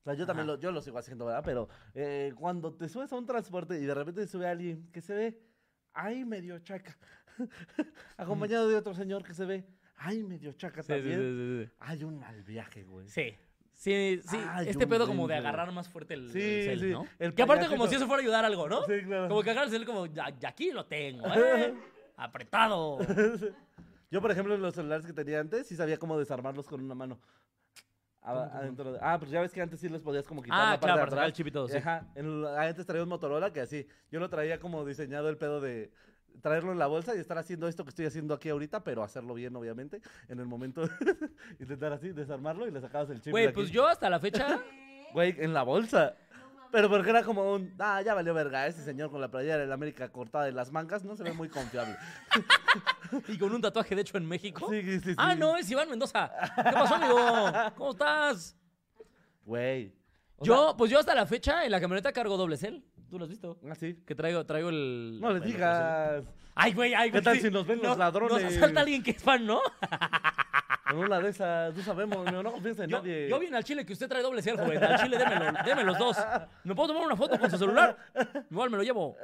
O sea, yo también Ajá. lo, yo lo sigo haciendo, ¿verdad? Pero eh, cuando te subes a un transporte y de repente sube alguien que se ve, ay, medio chaca. acompañado de otro señor que se ve, ay, medio chaca Sí, sí, también. sí, sí, sí. Hay un mal viaje, güey. Sí. Sí, sí, Ah, este John pedo como de Denver. agarrar más fuerte el, Sí, el cel, sí, ¿no? el que aparte payaso. como si eso fuera a ayudar a algo, ¿no? Sí, claro. Como que agarrar el cel como, ya, ya aquí lo tengo, ¿eh? Apretado. Yo, por ejemplo, en los celulares que tenía antes, sí sabía cómo desarmarlos con una mano. A- adentro de- Ah, pues ya ves que antes sí los podías como quitar Ah, la parte claro, de para sacar atrás. el chip y todo, sí. Ajá. en lo- antes traía un Motorola que así, yo lo traía como diseñado el pedo de traerlo en la bolsa y estar haciendo esto que estoy haciendo aquí ahorita, pero hacerlo bien, obviamente, en el momento. intentar así, desarmarlo y le sacabas el chip. de Güey, aquí. pues yo hasta la fecha... Güey, en la bolsa. Pero porque era como un, ah, ya valió verga, ese señor con la playera del América cortada de las mangas no se ve muy confiable. Y con un tatuaje de hecho en México. Sí, sí, sí, Ah, sí. no, es Iván Mendoza. ¿Qué pasó, amigo? ¿Cómo estás? Güey. O yo, pues yo hasta la fecha en la camioneta cargo doble cel. ¿Tú lo has visto? sea, así. Que traigo, traigo el. No le el otro cel. digas. Ay, güey, ay, ¿Qué güey. tal sí. si nos ven los ladrones? Nos asalta alguien que es fan, ¿no? En una de esas, no sabemos, no, no confías en Yo, nadie. yo vine al Chile que usted trae doble cel, joven. Al Chile démelo, deme los dos. ¿Me puedo tomar una foto con su celular? Igual me lo llevo.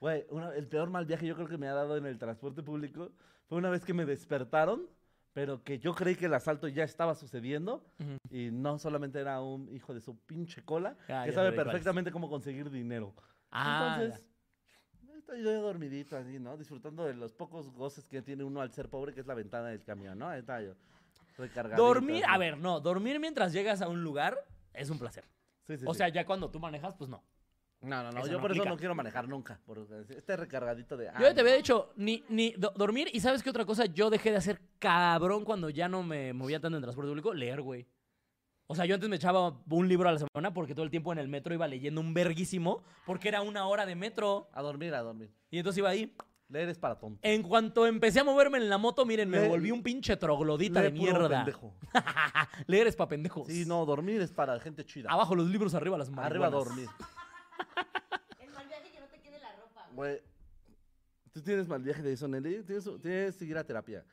Güey, una- el peor mal viaje yo creo que me ha dado en el transporte público fue una vez que me despertaron, pero que yo creí que el asalto ya estaba sucediendo y no solamente era un hijo de su pinche cola Ah, que ya sabe sé de cuál es. perfectamente cómo conseguir dinero. Ah, Entonces, estoy yo dormidito así, ¿no? Disfrutando de los pocos goces que tiene uno al ser pobre, que es la ventana del camión, ¿no? Ahí está yo. recargadito, dormir, así. a ver, no, dormir mientras llegas a un lugar es un placer. Sí, sí, O sí. sea, ya cuando tú manejas, pues no. No, no, no. Eso yo no por eso aplica. no quiero manejar nunca. porque Este recargadito de. Yo ya ay, te había dicho, ni, ni do- dormir, y ¿sabes qué otra cosa? Yo dejé de hacer cabrón cuando ya no me movía tanto en transporte público, leer, güey. O sea, yo antes me echaba un libro a la semana porque todo el tiempo en el metro iba leyendo un verguísimo, porque era una hora de metro, A dormir, a dormir. y entonces iba ahí. Leer es para tonto. En cuanto empecé a moverme en la moto, miren, me Le- volví un pinche troglodita Lee de puro mierda. pendejo. Leer es pa' pendejos. Sí, no, dormir es para gente chida. Abajo los libros, arriba las manos. Arriba a dormir. El mal viaje que no te quede la ropa. güey. Güey. ¿Tú tienes mal viaje de eso, Nelly? Tienes, tienes que ir a terapia.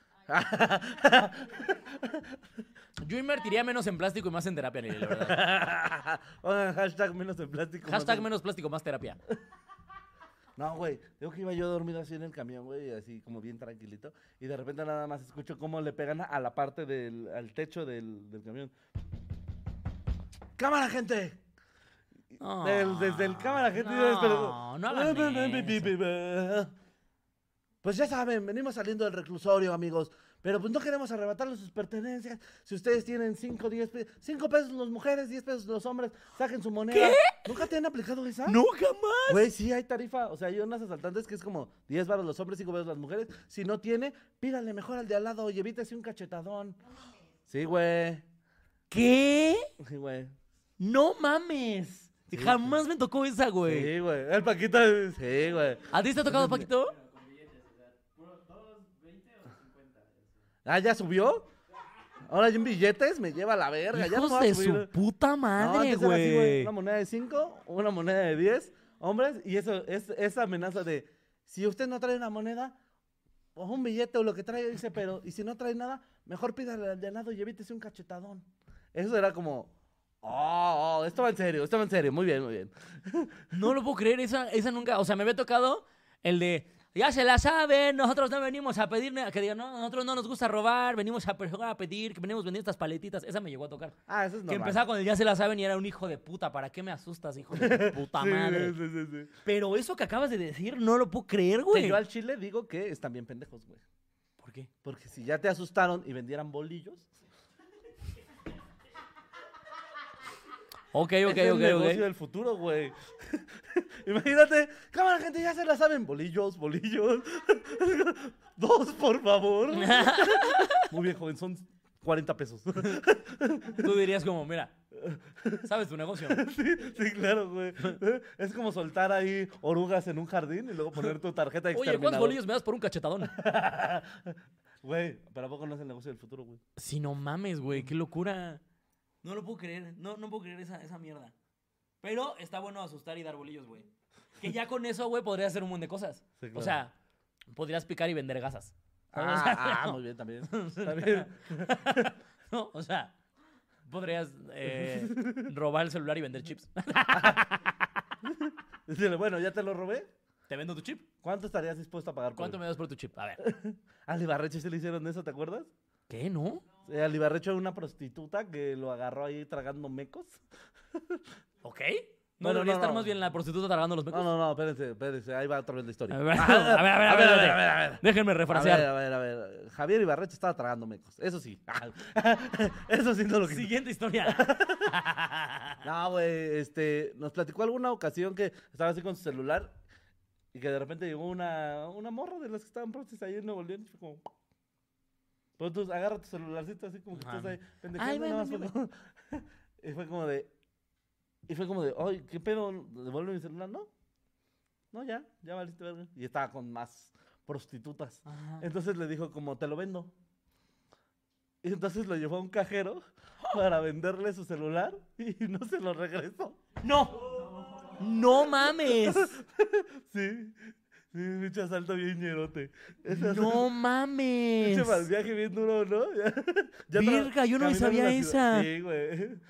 Yo invertiría menos en plástico y más en terapia, Nelly, la verdad. Oigan, hashtag menos de plástico. más Hashtag de- menos plástico, más terapia. No, güey, digo que iba yo dormido así en el camión, güey, así como bien tranquilito. Y de repente nada más escucho cómo le pegan a la parte del, al techo del, del camión. ¡Cámara, gente! Del- desde el cámara, gente. yo No, despertó. Ah, no hagan eso. Pues ya saben, venimos saliendo del reclusorio, amigos. Pero pues no queremos arrebatarles sus pertenencias. Si ustedes tienen 5, 10 pesos. 5 pesos las mujeres, 10 pesos los hombres. Saquen su moneda. ¿Nunca te han aplicado esa? No, jamás. Güey, sí hay tarifa. O sea, hay unas asaltantes que es como 10 varos los hombres, 5 varos las mujeres. Si no tiene, pídale mejor al de al lado y evítese un cachetadón. Sí, güey. ¿Qué? Sí, güey. No mames. Jamás me tocó esa, güey. Sí, güey. El Paquito. Sí, güey. ¿A ti te ha tocado, Paquito? Ah, ¿ya subió? Ahora hay un billetes, me lleva a la verga. ya no Hijos me va a de subir. su puta No, madre, antes era así, güey. Una moneda de 5, una moneda de 10, hombres, y eso es esa amenaza de si usted no trae una moneda o un billete o lo que trae, dice, pero y si no trae nada, mejor pídale al de al lado y evítese un cachetadón. Eso era como, oh, oh, esto va en serio, esto va en serio, muy bien, muy bien. No lo puedo creer, esa, esa nunca. O sea, me había tocado el de. Ya se la saben, nosotros no venimos a pedir. na- Que digan, no, nosotros no nos gusta robar, venimos a, pe- a pedir, que venimos vendiendo estas paletitas. Esa me llegó a tocar. Ah, eso es normal. Que empezaba con el ya se la saben y era un hijo de puta. ¿Para qué me asustas, hijo de tu puta Sí, madre? sí, sí, sí. Pero eso que acabas de decir, no lo puedo creer, Que güey. yo al chile digo que están bien pendejos, güey. ¿Por qué? Porque si ya te asustaron y vendieran bolillos, Ok, ok, es el ok, negocio ok. del futuro, güey. Imagínate, cámara, gente, ya se la saben. Bolillos, bolillos. Dos, por favor. Muy bien, joven, son 40 pesos. Tú dirías como, mira, sabes tu negocio. sí, sí, claro, güey. Es como soltar ahí orugas en un jardín y luego poner tu tarjeta de Oye, ¿cuántos exterminador. bolillos me das por un cachetadón? Güey, pero ¿a poco no es el negocio del futuro, güey? Si no mames, güey, qué locura. No lo puedo creer, no, no puedo creer esa, esa mierda. Pero está bueno asustar y dar bolillos, güey. Que ya con eso, güey, podrías hacer un montón de cosas. Sí, O claro. sea, podrías picar y vender gasas. ¿sabes? Ah, ah, muy bien, también. También. No, o sea, podrías eh, robar el celular y vender chips. Decirle, bueno, ya te lo robé. ¿Te vendo tu chip? ¿Cuánto estarías dispuesto a pagar por ¿Cuánto él? me das por tu chip? A ver. Al Ibarreche se le hicieron eso, ¿te acuerdas? ¿Qué? ¿No? Eh, Alibarrecho era una prostituta que lo agarró ahí tragando mecos. ¿Ok? No, ¿No, no, debería no, estar no. más bien la prostituta tragando los mecos? No, no, no, espérense, espérense. Ahí va otra vez la historia. Ah, A ver, a ver, a ver, a ver, a ver. Déjenme A ver, refrasear. a ver, a ver. Javier Ibarrecho estaba tragando mecos. Eso sí. Eso sí no lo que... Siguiente historia. No, güey, este, nos platicó alguna ocasión que estaba así con su celular y que de repente llegó una, una morra de las que estaban prostitutas ahí en Nuevo León y fue como... Pero tú agarra tu celularcito así como que estás Ajá. ahí pendejando Ay, nada más bueno, fue como- Y fue como de... Y fue como de, ay, ¿qué pedo? ¿Devuelve mi celular? No, no, ya, ya valiste verga. Y estaba con más prostitutas. Ajá. Entonces le dijo como, te lo vendo. Y entonces lo llevó a un cajero para venderle su celular y no se lo regresó. ¡No! ¡No mames! Sí, sí, pinche asalto bien ñerote. Ese asalto- ¡No pinche mal mames! viaje bien duro, ¿no? Ya- ya tra- Virga, yo no me caminando sabía en la esa. ciudad. Sí, güey. Entonces,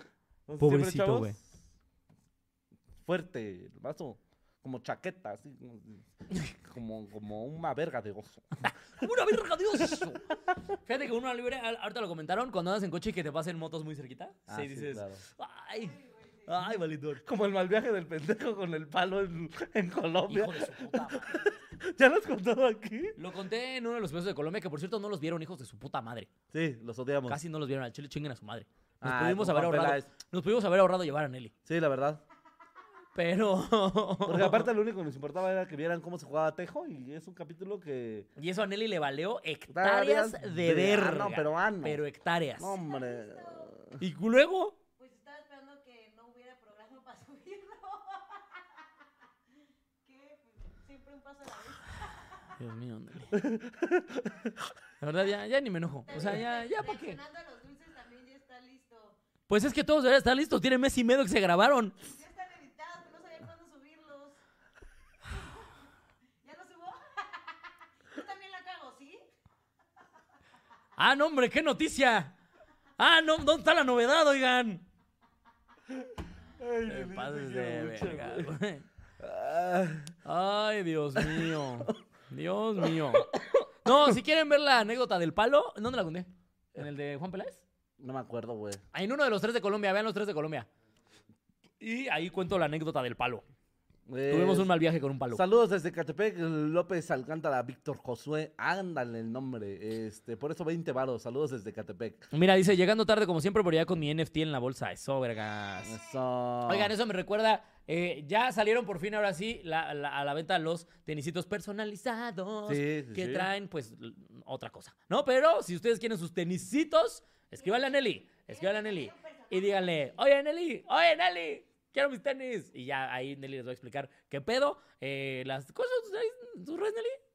siempre, Pobrecito, chavos, güey. Fuerte, el vaso. Como chaqueta, así. como- Como, como una verga de oso. ¡Una verga de oso! Fíjate que uno libre, al- ahorita lo comentaron, cuando andas en coche y que te pasen motos muy cerquita, Ah, sí, sí, dices, claro. ¡ay! ¡Ay, validor! Como el mal viaje del pendejo con el palo en, en Colombia. ¡Hijo de su puta madre! ¿Ya lo has contado aquí? Lo conté en uno de los episodios de Colombia, que por cierto no los vieron, hijos de su puta madre. Sí, los odiamos. Casi no los vieron al chile, chinguen a su madre. Nos, Ah, pudimos con haber Juan ahorrado, Peláez. nos pudimos haber ahorrado llevar a Nelly. Sí, la verdad. Pero. Porque aparte lo único que nos importaba era que vieran cómo se jugaba Tejo y es un capítulo que... Y eso a Nelly le valió hectáreas Hectáreas de de- ah, verga. no, pero ah, no. Pero hectáreas. No, hombre. Y luego. Pues estaba esperando que no hubiera programa para subirlo. que pues, siempre un paso a la vez. Dios mío, Nelly. La verdad, ya, ya ni me enojo. O sea, ya, ya, ¿para qué? Reaccionando a los dulces también ya está listo. Pues es que todos deberían estar listos. Tiene mes y medio que se grabaron. Ya están editados, pero no sabía cuándo subirlos. ¿Ya lo subo? Yo también la cago, ¿sí? ¡Ah, no, hombre! ¡Qué noticia! ¡Ah, no! ¿Dónde está la novedad, oigan? Te pases de verga, güey. Ah. Ay, Dios mío. Dios mío. No, si quieren ver la anécdota del palo, ¿en ¿dónde la conté? ¿En el de Juan Peláez? No me acuerdo, güey. Ah, En uno de los tres de Colombia, vean los tres de Colombia. Y ahí cuento la anécdota del palo. Tuvimos Eh, un mal viaje con un palo. Saludos desde Catepec, López Alcántara, Víctor Josué, ándale el nombre, este, por eso 20 varos, saludos desde Catepec. Mira, dice, llegando tarde como siempre, pero ya con mi NFT en la bolsa. Eso, vergas. Eso. Oigan, eso me recuerda, eh, ya salieron por fin ahora sí la- la- a la venta los tenisitos personalizados Sí, sí, que sí. traen pues l- otra cosa. No, pero si ustedes quieren sus tenisitos, escríbanle a Nelly, escríbanle a Nelly y díganle, oye Nelly, oye Nelly, quiero mis tenis. Y ya ahí Nelly les va a explicar qué pedo. Eh, las cosas, ¿tus redes Nelly?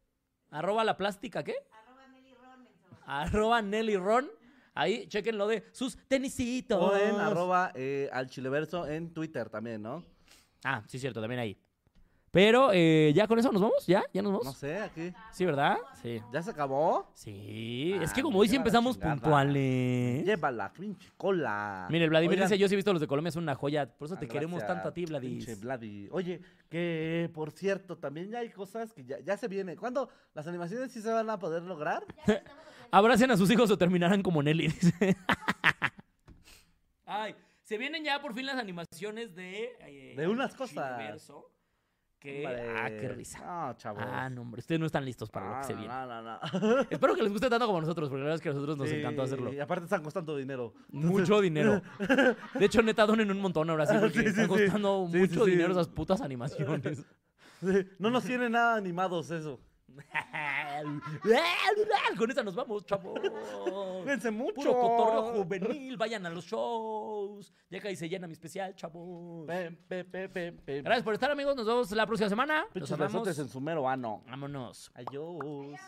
Arroba la plástica, ¿qué? Arroba Meli Ron, menso. Arroba Nelly Ron. Ahí chequen lo de sus tenisitos. O en arroba eh, al chileverso en Twitter también, ¿no? Ah, sí, cierto, también ahí. Pero eh, ya con eso nos vamos, ya, ya nos vamos. No sé, aquí. Sí, ¿verdad? Sí. ¿Ya se acabó? Sí, es Ah, que como me hoy sí lleva la empezamos chingada. puntuales. Llévala, pinche cola. Mire, Vladimir Oigan, dice, yo sí he visto los de Colombia, son una joya. Por eso Ah, te queremos gracias, tanto a ti, pinche Vladis. Vladi. Oye, que por cierto, también ya hay cosas que ya, ya se vienen. ¿Cuándo las animaciones sí se van a poder lograr? Ya nos estamos organizando. Abracen a sus hijos o terminarán como Nelly, dice. Ay, se vienen ya por fin las animaciones de... eh, De unas cosas. Chiverso, Que... Hombre. Ah, qué risa. No, chavos. Ah, no, hombre, ustedes no están listos para lo Ah, que se no, viene. no, no, no. Espero que les guste tanto como a nosotros, porque la verdad es que a nosotros nos encantó Sí, hacerlo. Y aparte están costando dinero. Mucho dinero. De hecho, neta, donen un montón ahora sí, porque Sí, sí, están sí. costando Sí, sí, mucho sí. dinero esas putas animaciones. Sí, No nos tiene nada animados eso. Con esa nos vamos, chavos. Cuídense mucho. Puro cotorreo juvenil, vayan a los shows. Ya casi se llena mi especial, chavos. Pe, pe, pe, pe, pe. Gracias por estar, amigos. Nos vemos la próxima semana. Los Pinches amamos. besotes en su mero ano. Vámonos. Adiós.